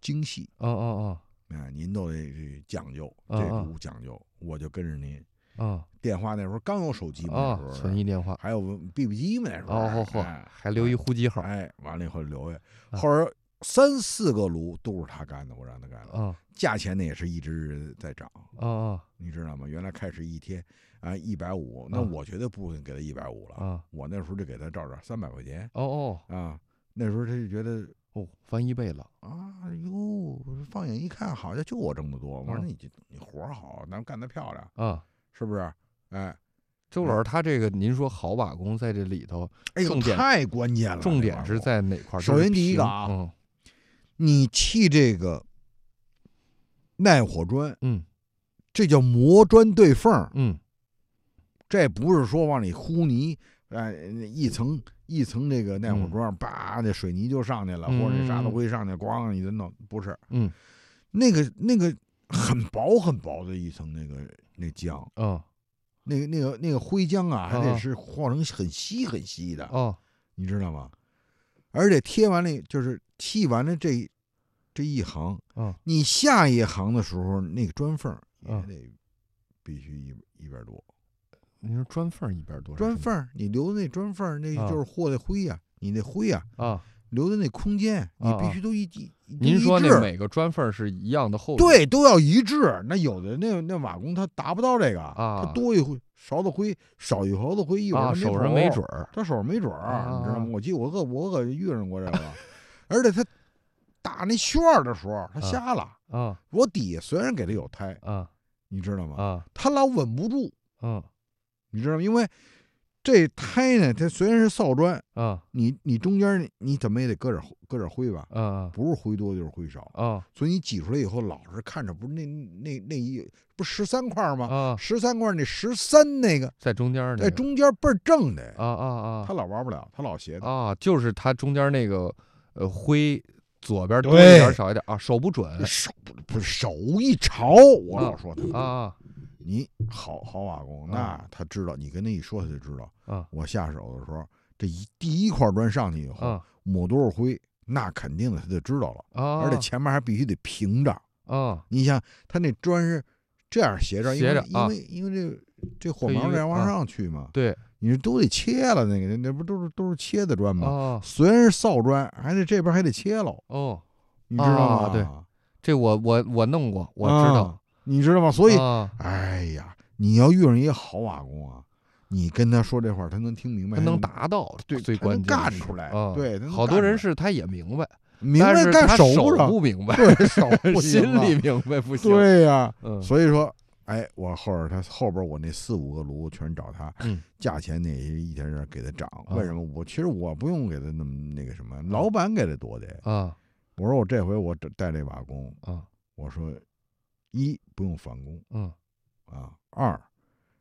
S2: 精细
S1: 啊啊
S2: 啊，您都得这讲究，
S1: 啊
S2: 这
S1: 啊
S2: 股讲究，我就跟着您。
S1: 啊
S2: 电话那时候刚有手机
S1: 啊
S2: 嘛，那时
S1: 啊！
S2: 候
S1: 存一电话。
S2: 还有 BB 机嘛，那时候
S1: 哦吼哦吼，
S2: 哎
S1: 还留一呼机号。
S2: 哎，完了以后留下，
S1: 啊
S2: 后边三四个炉都是他干的，我让他干的，
S1: 啊
S2: 价钱呢也是一直在涨。
S1: 啊啊
S2: 你知道吗？原来开始一天啊一百五，那
S1: 啊
S2: 我绝对不会给他一百五了。
S1: 啊！
S2: 我那时候就给他照着三百块钱
S1: 哦哦
S2: 啊，那时候他就觉得
S1: 哦，翻一倍了。
S2: 啊哟，放眼一看，好像就我挣得多。我说
S1: 啊
S2: 你这你活儿好，咱们干得漂亮，
S1: 啊，
S2: 是不是？哎，
S1: 周老师，他这个您说好瓦工在这里头，
S2: 哎呦，
S1: 重点
S2: 太关键了。
S1: 重
S2: 这
S1: 点
S2: 玩意
S1: 是
S2: 儿，
S1: 在哪块儿？
S2: 首
S1: 就是
S2: 先第一个
S1: 平
S2: 啊
S1: 嗯
S2: 你砌这个耐火砖，
S1: 嗯
S2: 这叫磨砖对缝儿，
S1: 嗯
S2: 这不是说往里糊泥，哎，一层一层这个耐火砖，叭，那水泥就上去了，
S1: 嗯
S2: 或者那沙子灰上去，咣，你就弄，不是
S1: 嗯
S2: 那个那个很薄很薄的一层那个那浆，
S1: 嗯
S2: 那个那个那个灰浆啊，还
S1: 啊
S2: 得是化成很稀很稀的，
S1: 哦
S2: 你知道吗？而且贴完了就是砌完了这这一行，
S1: 嗯，
S2: 你下一行的时候，那个砖缝儿也
S1: 嗯
S2: 得必须一一边多，
S1: 你说砖缝儿一边多少
S2: 砖
S1: 是
S2: 缝儿你留的那砖缝儿，那
S1: 啊
S2: 就是和的灰呀、你那灰呀、
S1: 吗啊？
S2: 留的那空间，你
S1: 啊啊
S2: 必须都一一都
S1: 您
S2: 一
S1: 说
S2: 致
S1: 那每个砖缝儿是一样的厚度？
S2: 对，都要一致。那有的那那瓦工他达不到这个
S1: 啊
S2: 他多一回勺子灰，少一勺子灰，一会儿
S1: 啊，
S2: 他
S1: 手
S2: 头
S1: 上没准儿
S2: 他手上没准儿，
S1: 啊
S2: 你知道吗？我记得我可我可遇上过这个，而且他打那旋儿的时候他
S1: 啊
S2: 瞎了，
S1: 啊
S2: 我底下虽然给他有胎，
S1: 啊
S2: 你知道吗？
S1: 啊
S2: 他老稳不住，
S1: 嗯
S2: 你知道吗？因为这胎呢，它虽然是扫砖，
S1: 啊
S2: 你你中间你你怎么也得搁点儿搁点儿灰吧，
S1: 啊
S2: 不是灰多就是灰少。
S1: 啊
S2: 所以你挤出来以后，老是看着不是那那那一不十三块吗？
S1: 啊，
S2: 十三块那十三那个
S1: 在中间儿那个
S2: 在中间倍儿正的，
S1: 啊啊
S2: 他老玩不了，他老斜
S1: 啊
S2: 的，
S1: 啊，就是它中间那个呃灰左边多一点儿
S2: 对
S1: 少一点儿啊，手不准
S2: 手不不是手一朝，我
S1: 啊
S2: 老说他，
S1: 啊
S2: 你好好瓦工，那
S1: 啊
S2: 他知道，你跟他一说他就知道。
S1: 啊
S2: 我下手的时候，这一第一块砖上去以后
S1: 啊
S2: 抹多少灰，那肯定的他就知道了，
S1: 啊，
S2: 而且前面还必须得平着。
S1: 啊
S2: 你想他那砖是这样斜着，因
S1: 斜
S2: 为
S1: 着
S2: 因
S1: 啊
S2: 为因为这这火
S1: 这一
S2: 苗
S1: 个
S2: 这样往
S1: 啊
S2: 上去嘛，
S1: 对
S2: 你都得切了那个，那不都是都是切的砖吗？
S1: 啊
S2: 虽然是扫砖，还得这边还得切喽，
S1: 哦，
S2: 你知道
S1: 啊
S2: 吗？
S1: 对，这我我我弄过，我知道
S2: 啊，你知道吗？所以，
S1: 啊
S2: 哎呀，你要遇上一个好瓦工啊，你跟他说这话，他能听明白，
S1: 它能达到
S2: 对
S1: 最
S2: 他能
S1: 关键的
S2: 干
S1: 是
S2: 出来
S1: 啊，
S2: 对他能
S1: 好
S2: 干
S1: 多
S2: 出
S1: 人
S2: 来
S1: 是他也明白，
S2: 明
S1: 但
S2: 白
S1: 是
S2: 但
S1: 他
S2: 手
S1: 不
S2: 上，
S1: 明白，
S2: <laughs> 对手不
S1: 心
S2: 行啊
S1: 里明白
S2: <laughs>
S1: 不行，
S2: 对呀，
S1: 嗯
S2: 所以说。哎，我后边他后边我那四五个炉全找他，
S1: 嗯啊
S2: 价钱那些一点点给他涨。为什么？我其实我不用给他那么那个什么，老板给他多得。
S1: 啊
S2: 我说我这回我只带这瓦工，
S1: 啊
S2: 我说一不用返工
S1: 嗯
S2: 啊，二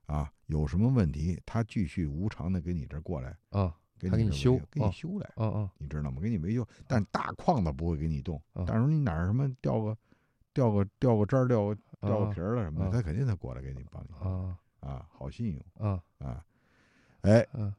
S2: 啊有什么问题他继续无偿的给你这儿过来，
S1: 啊
S2: 给
S1: 他给你
S2: 你这儿
S1: 修
S2: 维给
S1: 哦
S2: 你修来，
S1: 啊啊
S2: 你知道吗？给你维修，但大框子不会给你动
S1: 啊，
S2: 但是你哪儿什么掉个掉个掉个渣儿掉个掉个
S1: 啊
S2: 皮儿了什么
S1: 啊
S2: 的，他肯定他过来给你帮你
S1: 啊
S2: 啊，好信用
S1: 啊
S2: 啊，哎，
S1: 嗯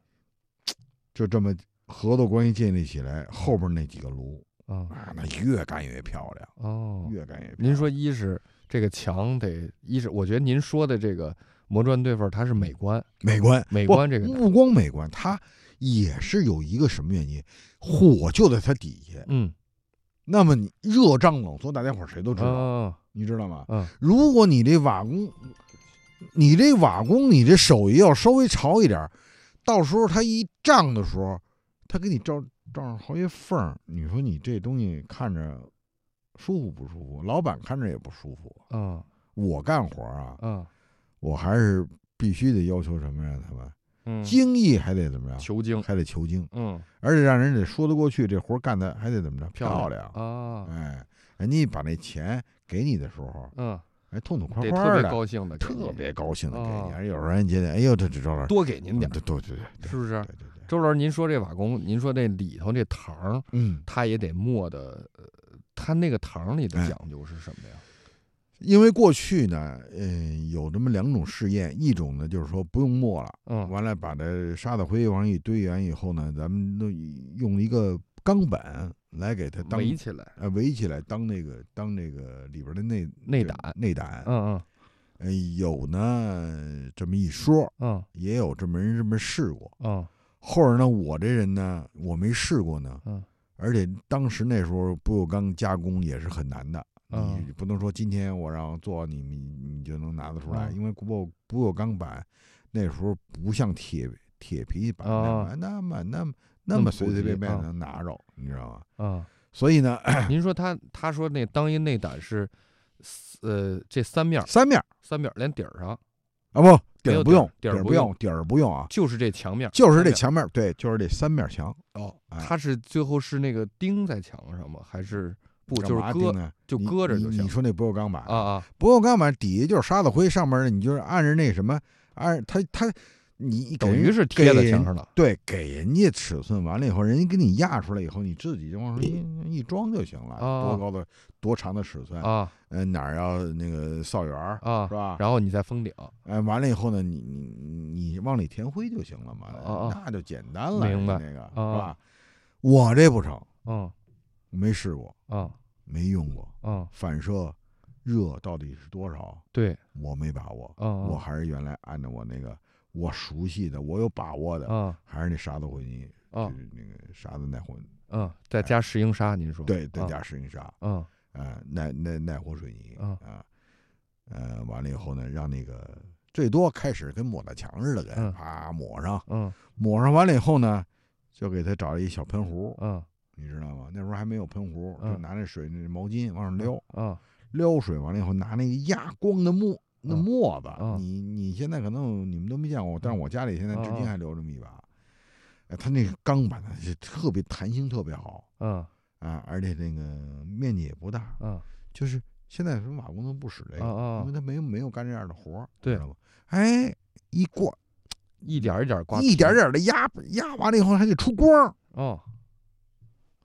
S2: 就这么合作关系建立起来，后边那几个炉
S1: 啊
S2: 啊，那越干越漂亮，
S1: 哦，
S2: 越干越漂亮。
S1: 您说一是这个墙得，一是我觉得您说的这个魔砖对缝儿它是美观，
S2: 美观，
S1: 美
S2: 不
S1: 观这个
S2: 不光美观，它也是有一个什么原因，火就在它底下。
S1: 嗯
S2: 那么你热胀冷缩，大家伙儿谁都知道，
S1: 啊
S2: 你知道吗？
S1: 啊
S2: 如果你这瓦工，你这瓦工，你这手艺要稍微潮一点儿，到时候它一胀的时候，它给你照照上好些缝儿，你说你这东西看着舒服不舒服？老板看着也不舒服。
S1: 啊
S2: 我干活儿啊，
S1: 啊
S2: 我还是必须得要求什么呀？他们
S1: 嗯，
S2: 精益还得怎么样？
S1: 球精
S2: 还得求精，
S1: 嗯
S2: 而且让人得说得过去，这活儿干的还得怎么着漂亮？
S1: 啊
S2: 哎，人家把那钱给你的时候，
S1: 嗯，
S2: 哎，痛痛快
S1: 得
S2: 快
S1: 特别
S2: 的，
S1: 高兴的给你，
S2: 特别高兴的给
S1: 啊
S2: 你，而有时候人觉得，哎呦，这这周老师
S1: 多给您点
S2: 嗯
S1: 儿，
S2: 对对对对，对
S1: 是不是
S2: 对？对对，
S1: 周老师，您说这瓦工，您说这里头这糖儿，
S2: 嗯，
S1: 它也得磨的，呃它那个糖里的
S2: 哎
S1: 讲究是什么呀？
S2: 因为过去呢，嗯，有这么两种试验，一种呢就是说不用磨了，
S1: 嗯
S2: 完了把这沙子灰往上一堆完以后呢，咱们都用一个钢板来给它当
S1: 围起来，
S2: 呃围起来当那个当那个里边的内
S1: 内
S2: 这
S1: 胆
S2: 内胆，
S1: 嗯
S2: 呃有呢这么一说，
S1: 嗯
S2: 也有这么人这么试过。
S1: 嗯
S2: 后来呢，我这人呢，我没试过呢，
S1: 嗯，
S2: 而且当时那时候不锈钢加工也是很难的，
S1: 嗯
S2: 你不能说今天我让做你你你就能拿得出来，
S1: 嗯
S2: 因为不锈不锈钢板那时候不像铁铁皮板
S1: 啊
S2: 那么那么
S1: 那
S2: 那么
S1: 么
S2: 随
S1: 普
S2: 随
S1: 及
S2: 便便
S1: 啊
S2: 能拿着，你知道吗？
S1: 嗯。
S2: 所以呢， <coughs> <laughs>
S1: 您说他他说那当阴内胆是，呃，这三面儿
S2: 三面儿
S1: 三面儿连底儿上
S2: 啊不底
S1: 没
S2: 儿
S1: 有
S2: 不
S1: 底儿
S2: 用
S1: 底儿
S2: 儿
S1: 不
S2: 不
S1: 用
S2: 用底儿不用啊，
S1: 就是这墙面儿，
S2: 就
S1: 三
S2: 是这
S1: 面儿
S2: 墙面儿对，就是这三面儿墙
S1: 哦，
S2: 哎
S1: 它是最后是那个钉在墙上吗？还是不
S2: 干
S1: 就是
S2: 嘛钉
S1: 搁
S2: 呢？
S1: 就
S2: 你
S1: 搁着
S2: 你
S1: 就行
S2: 你说那不锈钢板
S1: 啊啊
S2: 不锈钢板底下就是沙子灰，上面呢你就是按着那什么，按它它你给
S1: 等
S2: 人
S1: 于是贴在
S2: 给
S1: 墙
S2: 人
S1: 上了
S2: 对，给人家尺寸完了以后，人家给你压出来以后，你自己就往上一一装就行了，
S1: 啊
S2: 多高的多长的尺寸，
S1: 啊
S2: 呃哪儿要那个扫圆儿
S1: 啊
S2: 是，吧？
S1: 然后你再封顶，
S2: 哎，完了以后呢，你你你你往里填灰就行了嘛，
S1: 啊啊
S2: 那就简单了，
S1: 明白
S2: 那个、
S1: 啊
S2: 是吧？我这不成，
S1: 嗯
S2: 没试过，
S1: 啊
S2: 没用过，
S1: 嗯，
S2: 反射热到底是多少，
S1: 对，
S2: 我没把握，
S1: 嗯，
S2: 我还是原来按照我那个我熟悉的，我有把握的，
S1: 嗯
S2: 还是那沙子混凝，就
S1: 嗯
S2: 是那个沙子耐混，
S1: 嗯，再加石英砂，您说
S2: 哎对，再
S1: 嗯
S2: 加石英砂，
S1: 嗯
S2: 啊，耐耐耐火水泥
S1: 嗯
S2: 啊，呃，完了以后呢，让那个最多开始跟抹大墙似的，给
S1: 嗯
S2: 啪抹上，
S1: 嗯
S2: 抹上完了以后呢，就给他找了一小喷壶，
S1: 嗯
S2: 你知道吗？那时候还没有喷壶，就
S1: 嗯
S2: 拿那水那毛巾往上撩，
S1: 嗯
S2: 撩水完了以后拿那个压光的墨。那
S1: 嗯
S2: 沫子，
S1: 嗯
S2: 你你现在可能你们都没见过，但是我家里现在至
S1: 嗯嗯
S2: 今还留这么一把。哎，它那个钢板呢是特别弹性特别好
S1: 嗯
S2: 啊，而且那个面积也不大，
S1: 嗯
S2: 就是现在什么瓦工都不使这个，
S1: 啊啊
S2: 因为他没有没有干这样的活儿，
S1: 对
S2: 知道吧？哎，一过
S1: 一点儿一点儿刮，
S2: 一点儿，点儿的压压完了以后还得出光儿，
S1: 哦，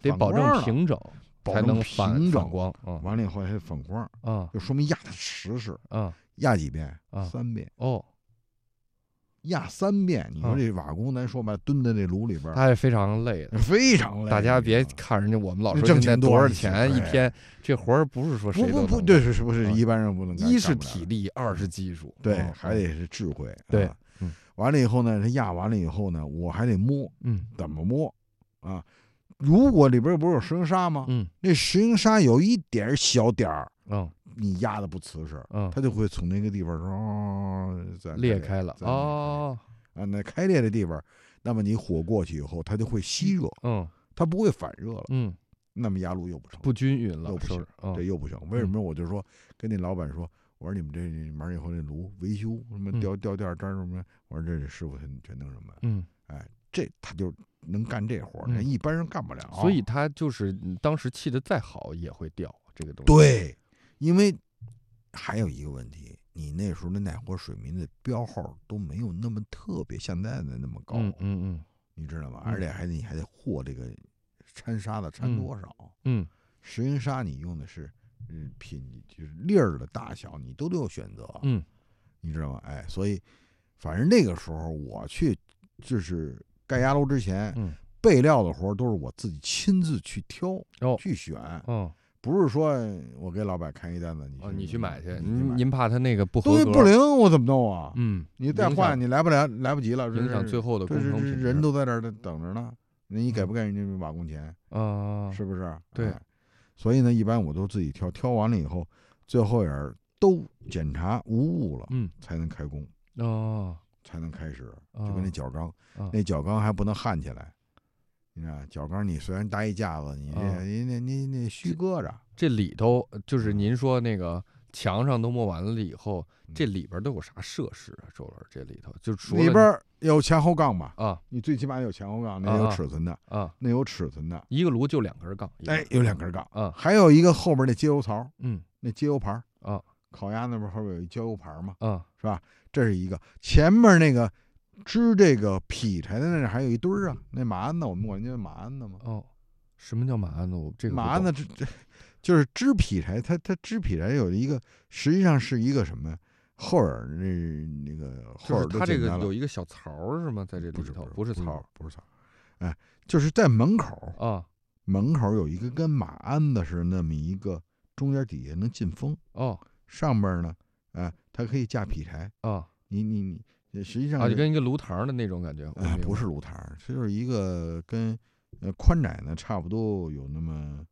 S1: 得
S2: 反
S1: 保
S2: 光
S1: 证
S2: 了
S1: 平整，
S2: 保
S1: 才
S2: 证
S1: 能反反
S2: 平整。
S1: 光，嗯
S2: 完了以后还反光儿，
S1: 嗯
S2: 就说明压的实实，
S1: 嗯
S2: 压几遍？
S1: 啊
S2: 三遍，
S1: 哦，
S2: 压三遍。你
S1: 啊
S2: 说这瓦工，咱说白了，蹲在这炉里边儿
S1: 它是非常累的。
S2: 非常累。
S1: 大家
S2: 你知
S1: 别
S2: 道吗
S1: 看人家我们老
S2: 嗯那
S1: 说
S2: 挣
S1: 现在
S2: 钱多
S1: 多少
S2: 你想
S1: 钱一
S2: 哎
S1: 天，这活儿不是说谁
S2: 不
S1: 都
S2: 不不，
S1: 能
S2: 对，
S1: 干，
S2: 是是不是
S1: 嗯
S2: 一般人不能干？
S1: 一
S2: 干
S1: 是
S2: 不了
S1: 体力，二是技术，
S2: 对
S1: 嗯，
S2: 还得是智慧。
S1: 对
S2: 啊
S1: 嗯
S2: 完了以后呢，他压完了以后呢，我还得摸，
S1: 嗯
S2: 怎么摸啊？如果里边不是有石英砂吗？
S1: 嗯
S2: 那石英砂有一点儿小点儿，
S1: 嗯
S2: 你压的不瓷实，
S1: 嗯，
S2: 它就会从那个地方哦，再
S1: 裂开了
S2: 再裂开
S1: 哦，
S2: 啊，那开裂的地方，那么你火过去以后，它就会吸热，
S1: 嗯
S2: 它不会反热了，
S1: 嗯，
S2: 那么压路又不成，
S1: 不均匀了
S2: 又，不
S1: 是不
S2: 行
S1: 是？嗯
S2: 这又不行。为什么？我就说跟那老板说，我说你们这玩意儿以后这炉维修什么
S1: 嗯
S2: 掉掉垫儿粘什么，我说这这师傅全全弄什么，
S1: 嗯，
S2: 这他就能干这活儿，
S1: 嗯
S2: 人一般人干不了。
S1: 所以它就是嗯当时砌的再好也会掉这个东西。
S2: 对，因为还有一个问题，你那时候的耐火水泥的标号都没有那么特别现在的那么高，
S1: 嗯嗯嗯
S2: 你知道吗？
S1: 嗯
S2: 而且还得你还得和这个掺沙子掺
S1: 嗯
S2: 多少，
S1: 嗯
S2: 石英砂你用的是。嗯，品就是粒儿的大小，你都得有选择，
S1: 嗯
S2: 你知道吗？哎，所以反正那个时候我去，就是盖压楼之前，
S1: 嗯
S2: 备料的活儿都是我自己亲自去挑、
S1: 哦
S2: 去选，
S1: 嗯
S2: 不是说我给老板开一单子，你
S1: 哦，你去买去，
S2: 你
S1: 您
S2: 买
S1: 您怕它那个不合
S2: 东西
S1: 格
S2: 不灵，我怎么弄啊？
S1: 嗯，
S2: 你再
S1: 影
S2: 换，
S1: 响
S2: 你来不来来不及了，这
S1: 影响
S2: 是
S1: 最后的
S2: 这
S1: 工
S2: 是
S1: 程
S2: 这
S1: 品
S2: 是
S1: 质嗯
S2: 人都在这儿等着呢，那你给不给人家瓦工钱？
S1: 啊，
S2: 是不是？
S1: 对
S2: 哎所以呢，一般我都自己挑，挑完了以后，最后也是都检查无误了，
S1: 嗯
S2: 才能开工，
S1: 哦
S2: 才能开始。
S1: 啊，
S2: 就跟那角钢，
S1: 啊
S2: 那角钢还不能焊起来。你看角钢，你虽然搭一架子，你这、
S1: 啊
S2: 你那你那虚搁着，
S1: 这里头就是您说那个墙上都抹完了以后，
S2: 嗯
S1: 这里边都有啥设施啊？周老师，这里头就除了
S2: 里边儿有前后杠吧？
S1: 啊
S2: 你最起码有前后杠，那有
S1: 啊啊
S2: 尺寸的，
S1: 啊，
S2: 那有尺寸的，
S1: 一个炉就两根杠，一
S2: 哎
S1: 般，
S2: 有两根杠，
S1: 啊
S2: 还有一个后边那接油槽，
S1: 嗯
S2: 那接油盘儿
S1: 啊，
S2: 烤鸭那边后边有一接油盘儿嘛，
S1: 啊
S2: 是吧？这是一个，前面那个支这个劈柴的那儿还有一堆儿啊，那马鞍子，我们管它叫马鞍子嘛，
S1: 哦，什么叫马鞍子？我这个不
S2: 马鞍
S1: 懂
S2: 子这这就是支劈柴，它它支劈柴有一个，实际上是一个什么呀？后耳那那个后
S1: 就是
S2: 耳都
S1: 它这
S2: 简
S1: 个
S2: 单了
S1: 有一个小槽儿是吗？在这里
S2: 不是
S1: 头
S2: 不
S1: 是
S2: 不
S1: 槽儿
S2: 不是槽，哎，就是在门口
S1: 啊
S2: 门口有一个跟马鞍子似的那么一个，中间底下能进风，
S1: 哦
S2: 上边呢，哎，它可以架劈柴，
S1: 啊
S2: 你你你，实际上
S1: 啊，就是跟一个炉膛儿的那种感觉，我
S2: 哎
S1: 明
S2: 不
S1: 白
S2: 是炉台，这就是一个跟呃宽窄呢差不多有那么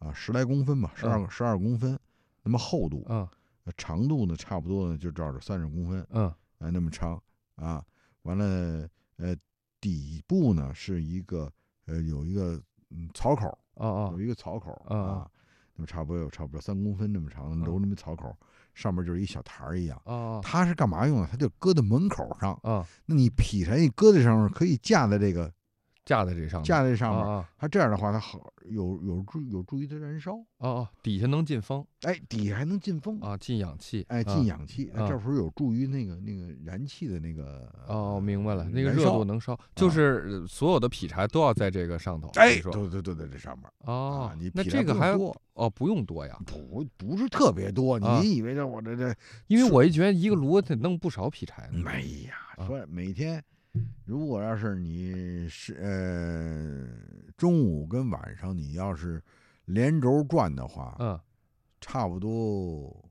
S2: 啊十来公分吧，十
S1: 嗯
S2: 二十二公分，那么厚度，
S1: 啊
S2: 呃长度呢差不多呢就照着三十公分，
S1: 嗯
S2: 哎那么长啊，完了呃底部呢是一个呃有一个嗯槽口，
S1: 哦哦
S2: 有一个槽口
S1: 啊啊
S2: 啊，那么差不多有差不多三公分那么长，
S1: 嗯
S2: 留那么一槽口，上面就是一小台儿一样。
S1: 哦
S2: 它是干嘛用的？它就搁在门口上。
S1: 哦啊
S2: 那你劈柴，你搁在上面可以架在这个
S1: 架在这上面
S2: 架在这上面。
S1: 啊啊
S2: 它这样的话，它好有有助有助于它燃烧，
S1: 哦哦，底下能进风
S2: 哎，底下还能进风，
S1: 啊，进氧气
S2: 哎，
S1: 啊
S2: 进氧气，哎
S1: 啊
S2: 这不是有助于那个那个燃气的那个
S1: 哦，明白了，那个
S2: 嗯燃
S1: 热
S2: 烧啊
S1: 度能烧，就是呃所有的劈柴都要在这个上头。
S2: 哎，
S1: 你说
S2: 对对对对，这上面
S1: 哦
S2: 啊，你，
S1: 那
S2: 劈
S1: 这
S2: 柴
S1: 个
S2: 不用
S1: 还
S2: 多
S1: 哦不用多呀，
S2: 不不是特别多，
S1: 啊
S2: 你以为这我这这
S1: 因为
S2: 是嗯
S1: 我一觉得一个炉子得弄不少劈柴呢。
S2: 没呀，
S1: 啊
S2: 说每天，如果要是你是呃中午跟晚上你要是连轴转的话，
S1: 嗯，
S2: 差不多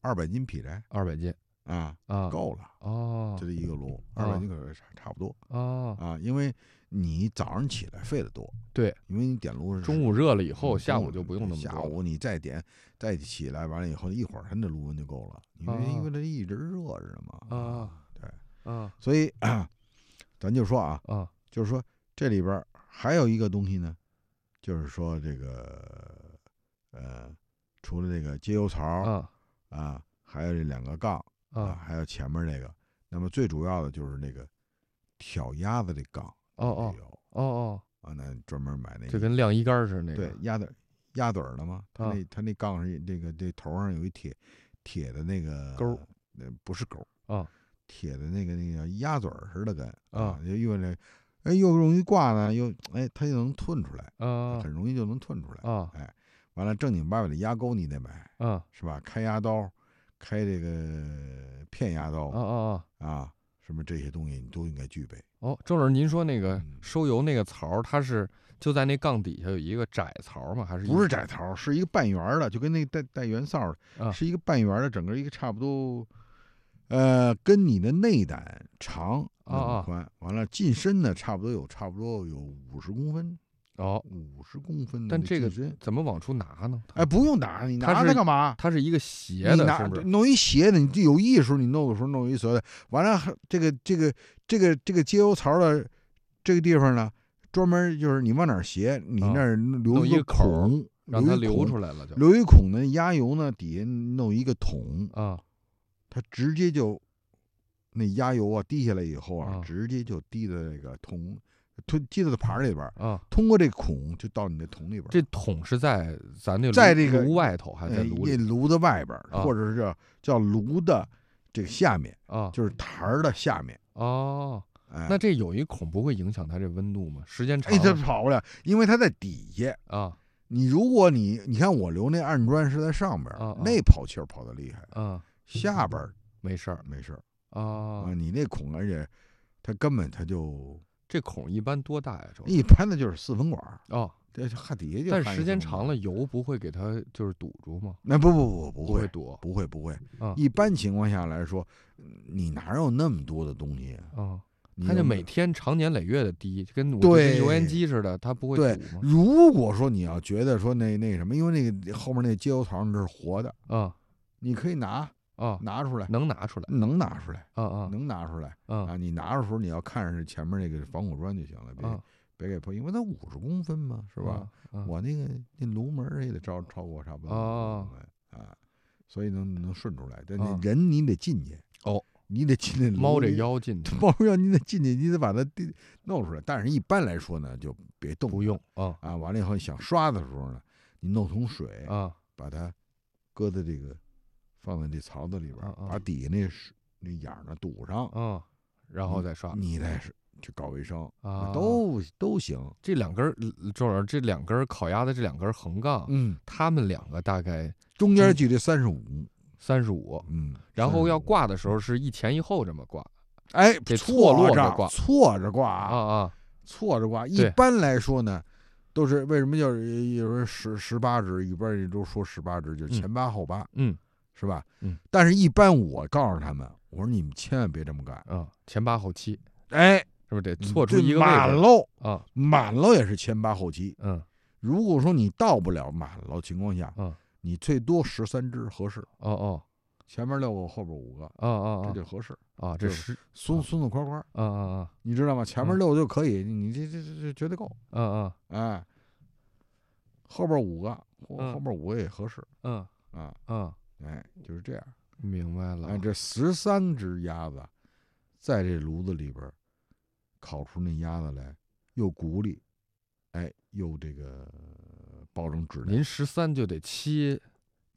S2: 二百斤劈柴
S1: 二百斤
S2: 啊，
S1: 啊，
S2: 够了，
S1: 哦
S2: 就这一个炉，
S1: 啊
S2: 二百斤可是差差不多
S1: 哦，
S2: 啊，因为你早上起来费得多，
S1: 对，
S2: 因为你点炉是
S1: 中午热了以后，
S2: 嗯
S1: 下
S2: 中
S1: 午就不用那么
S2: 下
S1: 多了。
S2: 午你再点再起来，完了以后一会儿它那炉温就够了，因为
S1: 啊
S2: 因为它一直热着呢嘛
S1: 啊，
S2: 对，
S1: 啊
S2: 所以 <clears throat> 咱就说啊，
S1: 啊
S2: 就是说这里边儿还有一个东西呢，就是说这个呃，除了这个接油槽儿
S1: 啊
S2: 啊，还有这两个杠啊，
S1: 啊！
S2: 还有前面这个，那么最主要的就是那个挑鸭子这杠
S1: 哦哦
S2: 得有
S1: 哦哦，
S2: 啊，那专门买那
S1: 就
S2: 个
S1: 跟晾衣杆儿似的那个。
S2: 对鸭嘴鸭嘴儿的嘛，它
S1: 啊
S2: 那它那杠是这个这头上有一铁铁的那个
S1: 钩儿，
S2: 呃不是钩儿
S1: 啊，
S2: 铁的那个那个鸭嘴儿似的跟
S1: 啊，
S2: 就用来，哎又容易挂呢，又哎它就能吞出来，
S1: 啊
S2: 很容易就能吞出来。
S1: 啊
S2: 完了正经八百的鸭钩你得买
S1: 啊啊
S2: 是吧？开鸭刀，开这个呃片鸭
S1: 啊
S2: 刀
S1: 啊！
S2: 啊，什么这些东西你都应该具备。
S1: 哦，周老师，您说那个
S2: 嗯
S1: 收油那个槽儿，它是就在那杠底下有一个窄槽儿吗？还是一
S2: 不是窄槽儿，是一个半圆儿的，就跟那带带圆哨儿的，
S1: 啊
S2: 是一个半圆儿的，整个一个差不多，呃，跟你的内胆长那
S1: 啊啊
S2: 么宽，完了进深呢，差不多有差不多有五十公分，
S1: 哦？
S2: 五十公分的
S1: 但
S2: 那
S1: 这个
S2: 进深，
S1: 怎么往出拿呢？它
S2: 哎，不用拿，你
S1: 它
S2: 拿
S1: 是
S2: 它干嘛？
S1: 它是一个斜
S2: 你
S1: 的，
S2: 拿
S1: 是不是？
S2: 弄一斜的，你就有艺术，你弄的时候弄一斜的，完了还这个这个这个这个接油槽的这个地方呢，专门就是你往哪儿斜，你
S1: 啊
S2: 那儿留
S1: 弄一
S2: 个
S1: 个口儿
S2: 孔，
S1: 让它
S2: 留一
S1: 流
S2: 孔
S1: 出来了就
S2: 留一孔呢，压油呢底下弄一个桶，
S1: 啊
S2: 它直接就那压油啊滴下来以后啊，
S1: 啊
S2: 直接就滴到这个桶，推滴到盘儿里边儿，
S1: 啊！
S2: 通过这孔就到你的桶里边儿，
S1: 这桶是在咱那
S2: 在
S1: 炉
S2: 这个
S1: 炉外头，还是在
S2: 哎
S1: 炉
S2: 那
S1: 里
S2: 炉子外边儿，
S1: 啊
S2: 或者是叫叫炉的这个下面，
S1: 啊？
S2: 就是台儿的下面。
S1: 哦，
S2: 哎，
S1: 那这有一孔不会影响它这温度吗？时间长
S2: 哎，它
S1: 了
S2: 跑不了，因为它在底下。
S1: 啊
S2: 你如果你你看我留那暗砖是在上边儿，
S1: 啊啊
S2: 那跑气儿跑得厉害，
S1: 啊，
S2: 下边儿
S1: 没事儿
S2: 没事儿
S1: 啊
S2: 啊。。你那孔，而且它根本它就
S1: 这孔一般多大呀？周
S2: 一般的就是四分管儿，
S1: 哦，
S2: 这还底下就。
S1: 嗯但是时间
S2: 啊
S1: 长，了，油不会给它就是堵住吗？
S2: 那不不不不
S1: 不
S2: 会
S1: 堵
S2: 不会不会
S1: 啊，
S2: 一般情况下来说，嗯你哪有那么多的东西啊？
S1: 啊，
S2: 你
S1: 它就
S2: 有
S1: 每天常年累月的滴，就跟我就
S2: 对
S1: 跟油烟机似的，它不会
S2: 对
S1: 堵吗？
S2: 如果说你要觉得说那那什么，因为那个后面那接油槽那是活的，
S1: 啊
S2: 你可以拿
S1: 啊，
S2: 拿出来，
S1: 能拿出来
S2: 能拿出来，
S1: 啊啊
S2: 能拿出来
S1: 啊
S2: 啊！你拿的时候你要看着前面那个防火砖就行了，别
S1: 啊，
S2: 别给破，因为它五十公分嘛，是吧？
S1: 啊？啊
S2: 我那个那炉门儿也得超超过差不多
S1: 哦
S2: 50啊，所以能能顺出来。但那
S1: 啊
S2: 人你得进去
S1: 哦，
S2: 你得进那炉
S1: 猫着
S2: 里，
S1: 腰进去
S2: <laughs> 猫着腰你得进去，你得把它地弄出来。但是一般来说呢，就别动
S1: 不用啊
S2: 啊。完了以后想刷的时候呢，你弄桶水，
S1: 啊
S2: 把它搁在这个放在这槽子里边儿，
S1: 啊啊
S2: 把底下那水那眼儿呢堵上，
S1: 啊，然后再刷
S2: 你再是去搞卫生，
S1: 啊，
S2: 嗯都都行。
S1: 这两根儿周老师，这两根儿烤鸭的这两根儿横杠，
S2: 嗯，
S1: 它们两个大概
S2: 中间
S1: 中
S2: 距离三十五，
S1: 三十五，
S2: 嗯，
S1: 然后要
S2: 35
S1: 挂的时候是一前一后这么挂
S2: 哎，
S1: 得
S2: 错
S1: 错落着
S2: 着
S1: 挂
S2: 错着挂
S1: 啊
S2: 啊，
S1: 啊
S2: 错着挂。一
S1: 对
S2: 般来说呢，都是为什么叫有人十十八指，一般人都说十八指，就是
S1: 嗯
S2: 前八后八，
S1: 嗯
S2: 是吧？
S1: 嗯。
S2: 但是，一般我告诉他们，我说你们千万别这么干，
S1: 啊，前八后七，
S2: 哎，
S1: 是不是得
S2: 你
S1: 错出
S2: 这
S1: 一个位
S2: 满
S1: 置
S2: 喽，
S1: 啊？
S2: 满喽也是前八后七。
S1: 嗯
S2: 如果说你到不了满喽情况下，
S1: 嗯，
S2: 你最多十三只合适，
S1: 哦哦
S2: 前面六个，后边五个，
S1: 哦哦
S2: 这
S1: 哦
S2: 就合适，
S1: 啊，这
S2: 就是松
S1: 啊
S2: 松松快快，
S1: 啊啊
S2: 你知道吗？前面六个就可以，你这这这这绝对够。
S1: 啊啊
S2: 哎，后边五个，后
S1: 嗯
S2: 后边五个也合适
S1: 嗯
S2: 啊。
S1: 嗯，
S2: 哎，就是这样。
S1: 明白
S2: 哎，
S1: 了
S2: 这十三只鸭子，在这炉子里边儿烤出那鸭子来，又骨力，哎，又这个保证质量
S1: 您。十三就得七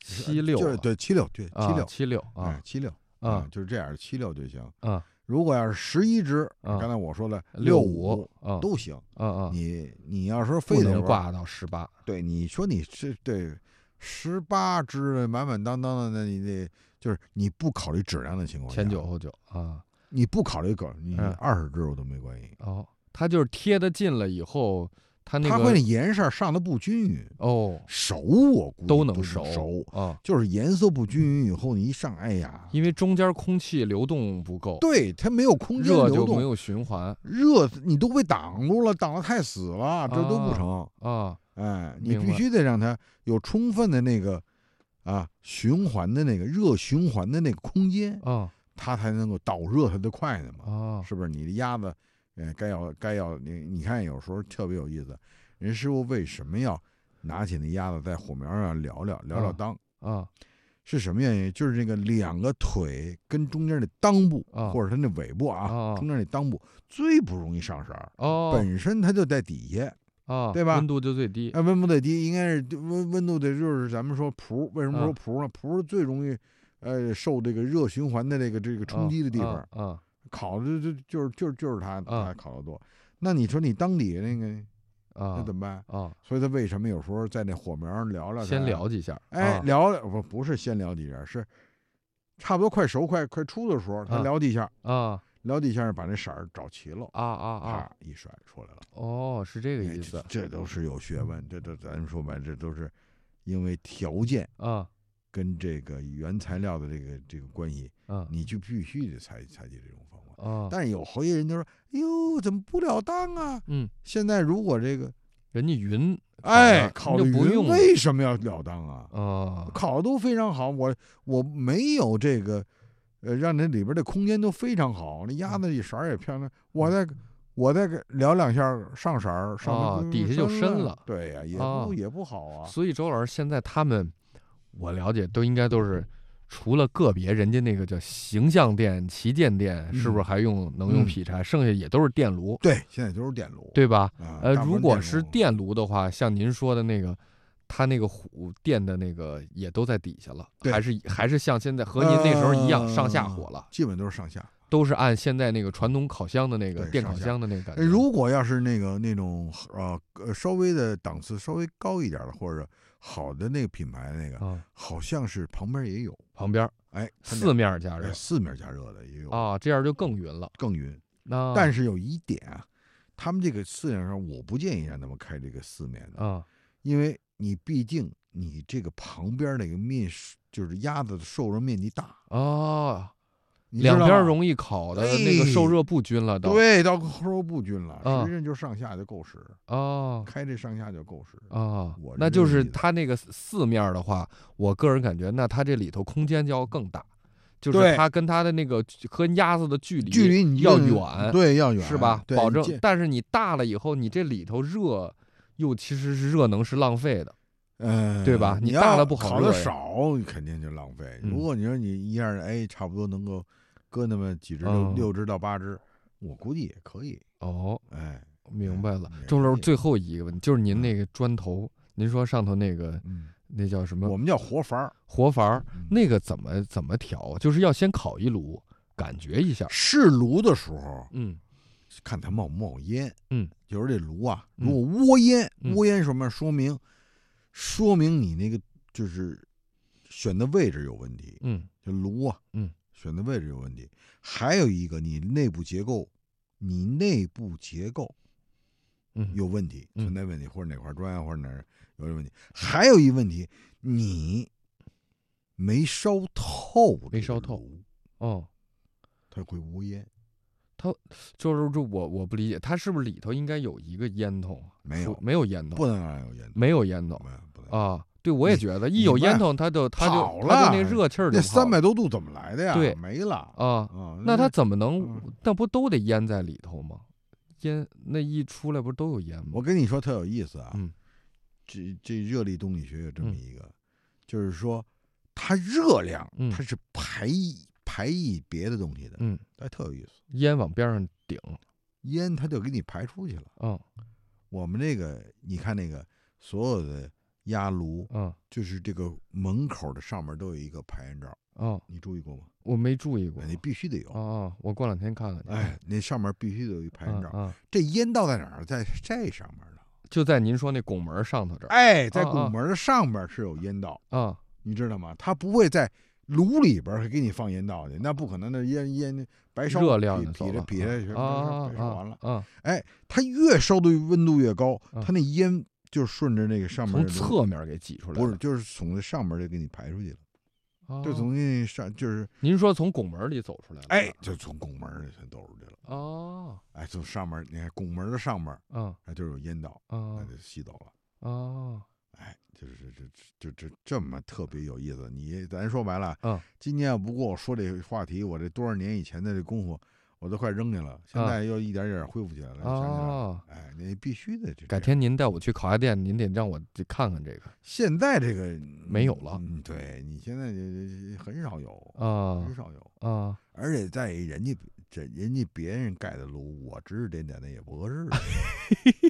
S2: 是
S1: 七六
S2: 就是
S1: 了
S2: 对七六，对七
S1: 啊
S2: 六，
S1: 七六
S2: 哎
S1: 啊
S2: 七六
S1: 啊
S2: 就是这样，七六就行。
S1: 啊
S2: 如果要是十一只，
S1: 啊
S2: 刚才我说了
S1: 五
S2: 五
S1: 啊
S2: 都行。
S1: 啊啊，
S2: 你你要说
S1: 不
S2: 非得
S1: 能
S2: 玩
S1: 挂到十八
S2: 对，你说你是对十八只的满满当当的，那你得就是你不考虑质量的情况下，
S1: 前九后九啊
S2: 你不考虑狗，你
S1: 嗯
S2: 二十只我都没关系。
S1: 哦，它就是贴的近了以后。它那
S2: 它会那
S1: 个
S2: 颜色上的不均匀，
S1: 哦
S2: 熟我估计
S1: 都能熟
S2: 熟熟，
S1: 啊，
S2: 就是颜色不均匀以后，你一上，哎呀，
S1: 因为中间空气流动不够，
S2: 对它没有空间
S1: 热
S2: 流
S1: 就没
S2: 动，
S1: 有循环
S2: 热你都被挡住了，挡得太死了，这都不
S1: 啊
S2: 成。
S1: 啊。
S2: 哎，你
S1: 明
S2: 必
S1: 白
S2: 须得让它有充分的那个啊循环的那个热循环的那个空间，
S1: 啊
S2: 它才能够导热它的快呢嘛，
S1: 啊
S2: 是不是？你的鸭子，呃，该要该要你你看有时候特别有意思，人师傅为什么要拿起那鸭子在火苗上聊聊聊聊
S1: 啊
S2: 裆？
S1: 啊
S2: 是什么原因？就是这个两个腿跟中间的裆部，
S1: 啊
S2: 或者它那尾部啊，
S1: 啊啊
S2: 中间那裆部最不容易上色儿，
S1: 哦
S2: 本身它就在底下，
S1: 啊，
S2: 对吧
S1: 温度就最低
S2: 啊，温度最低应该是温温度的，就是咱们说蹼，为什么
S1: 啊
S2: 说蹼呢？蹼是最容易，呃，受这个热循环的这个这个冲击的地方，
S1: 啊啊
S2: 烤的就就是就是就是它它
S1: 啊
S2: 烤的多。那你说你当底下那个那
S1: 啊
S2: 怎么办？
S1: 啊，
S2: 所以他为什么有时候在那火苗上聊聊？
S1: 先，聊几下，
S2: 哎，
S1: 啊
S2: 聊聊不不是先聊几下，是差不多快熟快快出的时候，他
S1: 啊
S2: 聊几下，
S1: 啊
S2: 聊几下把那色儿找齐了，
S1: 啊啊啊，
S2: 啪一甩出来了。
S1: 哦，是这个
S2: 哎
S1: 意
S2: 这
S1: 思
S2: 这都是有学问，这都咱们说白了，这都是因为条件
S1: 啊
S2: 跟这个原材料的这个这个关系，
S1: 啊
S2: 你就必须得采采取这种方法。
S1: 啊，
S2: 但是有好些人就说：“哟，怎么不了当啊？
S1: 嗯，
S2: 现在如果这个
S1: 人家云烤
S2: 哎
S1: 的
S2: 烤的
S1: 人家不
S2: 匀
S1: 用
S2: 为什么要了当啊？
S1: 啊
S2: 烤的都非常好，我我没有这个，呃，让那里边的空间都非常好，那
S1: 嗯
S2: 鸭子也色儿也漂亮，我再。”我再给聊两下上色儿，上得
S1: 啊
S2: 更
S1: 底下就
S2: 深
S1: 深了
S2: 对呀、也不、
S1: 啊
S2: 也不好啊。
S1: 所以周老师现在他们，我了解都应该都是。除了个别人家那个叫形象店、旗舰店，是不是
S2: 嗯
S1: 还用能用
S2: 嗯
S1: 劈柴？剩下也都是电炉，
S2: 对，现在都是电炉。
S1: 对吧？
S2: 啊，
S1: 呃，
S2: 大部
S1: 如
S2: 分
S1: 果
S2: 电
S1: 是
S2: 炉
S1: 电炉的话，像您说的那个，它那个火电的那个也都在底下了，
S2: 对呃
S1: 还是还是像现在和您那时候一样上下火了，
S2: 基本都是上下。
S1: 都是按现在那个传统烤箱的那个
S2: 对
S1: 电
S2: 上
S1: 烤
S2: 下
S1: 箱的那个感觉。
S2: 呃如果要是那个那种呃呃稍微的档次稍微高一点的，或者好的那个品牌那个，
S1: 啊，
S2: 好像是旁边也有，
S1: 旁边儿
S2: 哎，它
S1: 四
S2: 两
S1: 面加热
S2: 哎四面加热的也有，
S1: 啊，这样就更匀了。
S2: 更匀。
S1: 那
S2: 但是有一点啊，他们这个四面上我不建议让他们开这个四面的，
S1: 啊
S2: 因为你毕竟你这个旁边那个面是就是鸭子的受热面积大，
S1: 啊，
S2: 你知
S1: 两
S2: 道
S1: 边
S2: 吗
S1: 容易烤的那个受
S2: 哎
S1: 热不均了都。
S2: 对，到后头不均了，
S1: 啊
S2: 实际上就上下就够使，
S1: 啊
S2: 开这上下就够使。
S1: 啊
S2: 我，
S1: 那
S2: 是
S1: 就
S2: 这个
S1: 是
S2: 意思
S1: 它那个四四面儿的话，我个人感觉，那它这里头空间就要更大，就是
S2: 对
S1: 它跟它的那个距和鸭子的距离
S2: 距离你
S1: 要
S2: 就
S1: 远，
S2: 对，要远
S1: 是吧？
S2: 对
S1: 保
S2: 你
S1: 证
S2: 见，
S1: 但是你大了以后，你这里头热又其实是热能是浪费的
S2: 呃，
S1: 对吧
S2: 你
S1: 你大了
S2: 要
S1: 不好
S2: 烤
S1: 热
S2: 的
S1: 呀
S2: 少，肯定就浪费。
S1: 嗯
S2: 如果你说你一样的，哎，差不多能够搁那么几只六、
S1: 嗯
S2: 六只到八只，我估计也可以。
S1: 哦。
S2: 哎，
S1: 明白了
S2: 嗯，
S1: 周
S2: 了
S1: 楼
S2: 解
S1: 最后一个问题就是您
S2: 嗯
S1: 那个砖头，您说上头那个
S2: 嗯，
S1: 那叫什
S2: 我
S1: 么
S2: 们叫活法儿，
S1: 活阀儿，
S2: 嗯
S1: 那个怎么怎么调？啊就是要先烤一炉，感觉一下。
S2: 试炉的时候
S1: 嗯
S2: 看它冒不冒烟。
S1: 嗯，
S2: 就是这炉啊，
S1: 嗯
S2: 如果窝烟，
S1: 嗯
S2: 窝烟什么说明？说明你那个就是选的位置有问题。
S1: 嗯
S2: 就炉啊，
S1: 嗯，
S2: 选的位置有问题。还有一个，你内部结构，你内部结构
S1: 嗯，
S2: 有问题，
S1: 嗯
S2: 存在问题，或者哪块砖啊，或者哪儿有问题。还有一问题，你没烧透这个炉，
S1: 没烧透哦，
S2: 它会无烟。
S1: 就是这我我不理解，它是不是里头应该有一个烟筒啊？
S2: 没有
S1: 说没有烟筒，
S2: 不能让有烟筒，
S1: 没有烟筒
S2: 没有不能。
S1: 啊。对，我也觉得一
S2: 你
S1: 有
S2: 外
S1: 烟筒，它就它
S2: 跑
S1: 就它就那
S2: 了
S1: 热气儿就
S2: 那
S1: 跑了
S2: 三百多度怎么来的呀？
S1: 对
S2: 没了
S1: 啊，
S2: 啊。
S1: 那它怎么能
S2: 嗯？
S1: 那不都得烟在里头吗？烟那一出来不是都有烟
S2: 我
S1: 吗？
S2: 跟你说特有意思啊，
S1: 嗯
S2: 这这热力动力学有这么
S1: 嗯
S2: 一个，就是说它热量
S1: 嗯
S2: 它是排异排异别的东西的，
S1: 嗯，
S2: 哎，特有意思。
S1: 烟往边上顶，
S2: 烟它就给你排出去了。
S1: 嗯
S2: 我们这个你看那个所有的压炉，
S1: 嗯
S2: 就是这个门口的上面都有一个排烟罩，
S1: 嗯，
S2: 你注意过吗？
S1: 我没注意过
S2: 哎。你必须得有。
S1: 啊啊！我过两天看看去。
S2: 哎，那上面必须得有一排
S1: 嗯，
S2: 烟
S1: 啊
S2: 罩。
S1: 啊，
S2: 这烟道在哪儿？在这上面呢。
S1: 就在您说那拱门上头这儿
S2: 哎，在
S1: 啊啊
S2: 拱门上面是有烟道。
S1: 啊
S2: 你知道吗？他不会在炉里边儿给你放烟道去，那不可能。那烟烟白烧
S1: 热量
S2: 比
S1: 就走
S2: 比着
S1: 了
S2: 比着
S1: 啊啊
S2: 白
S1: 啊
S2: 烧完了。
S1: 啊，
S2: 它越烧的温度越高，
S1: 嗯
S2: 它那烟就顺着那个上面
S1: 从
S2: 的
S1: 侧面给挤出来的，
S2: 不是就是从那上面就给你排出去了，
S1: 啊
S2: 就从那上就是
S1: 您说从拱门里走出来的，
S2: 哎，就从拱门儿里全抖出去了，
S1: 哦，
S2: 哎，从上面你看拱门儿的上面，
S1: 嗯
S2: 哎，就是有烟道，那
S1: 嗯
S2: 就吸走了。
S1: 哦，
S2: 哎，就是这这这这这么特别有意思。你咱说白了，
S1: 嗯，
S2: 今天要不跟我说这个话题，我这多少年以前的这功夫，我都快扔去了。现在又一点点恢复起来了，想起来了。
S1: 嗯哦，
S2: 哎，你必须得这
S1: 改。天您带我去烤鸭店，您得让我去看看这个
S2: 现在这个
S1: 没有了
S2: 嗯，对你现在这这很少有，
S1: 啊
S2: 很少有。
S1: 啊
S2: 而且在于人家这人家别人盖的炉，我指指点点的也不
S1: <laughs>
S2: 合适，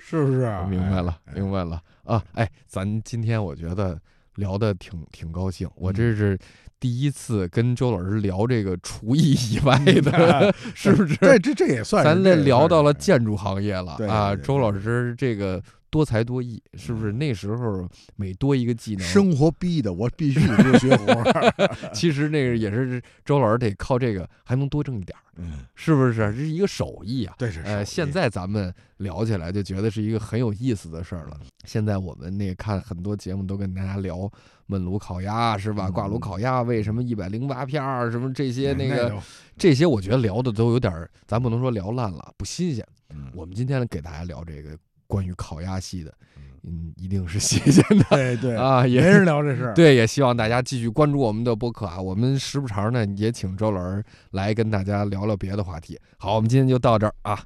S2: 是不是？
S1: 我明白了，
S2: 哎
S1: 明白了啊！哎，咱今天我觉得聊的挺挺高兴，
S2: 嗯
S1: 我这是第一次跟周老师聊这个厨艺以外 <laughs>
S2: <laughs>
S1: 的，是不是？
S2: 嗯这哎这这也算是
S1: 咱这聊到了
S2: 这也算
S1: 建
S2: 是哎
S1: 筑行业了
S2: 对
S1: 啊！
S2: 对对嗯
S1: 周老师这个多才多艺，是不是？那时候每多一个技能，
S2: 生活逼的，我必须得多学活
S1: <laughs>
S2: 儿。
S1: 其实那个也是周老师得靠这个还能多挣一点儿，
S2: 嗯，
S1: 是不是？这是一个手艺啊。
S2: 对，是手
S1: 呃，
S2: 艺
S1: 现在咱们聊起来就觉得是一个很有意思的事儿
S2: 嗯
S1: 了。现在我们那个看很多节目都跟大家聊焖炉烤鸭是吧？
S2: 嗯
S1: 挂炉烤鸭为什么一百零八片儿什么这些
S2: 哎
S1: 那
S2: 那
S1: 个
S2: 就
S1: 这些，我觉得聊的都有点儿，咱不能说聊烂了，不新鲜。
S2: 嗯
S1: 我们今天给大家聊这个关于烤鸭系的，
S2: 嗯
S1: 嗯，一定是新鲜的
S2: 对 <laughs> 对，
S1: 啊，
S2: 没
S1: 也
S2: 人聊这事儿。
S1: 对，也希望大家继续关注我们的播客啊。我们时不常呢也请周老师来跟大家聊聊别的话题。好，我们今天就到这儿啊。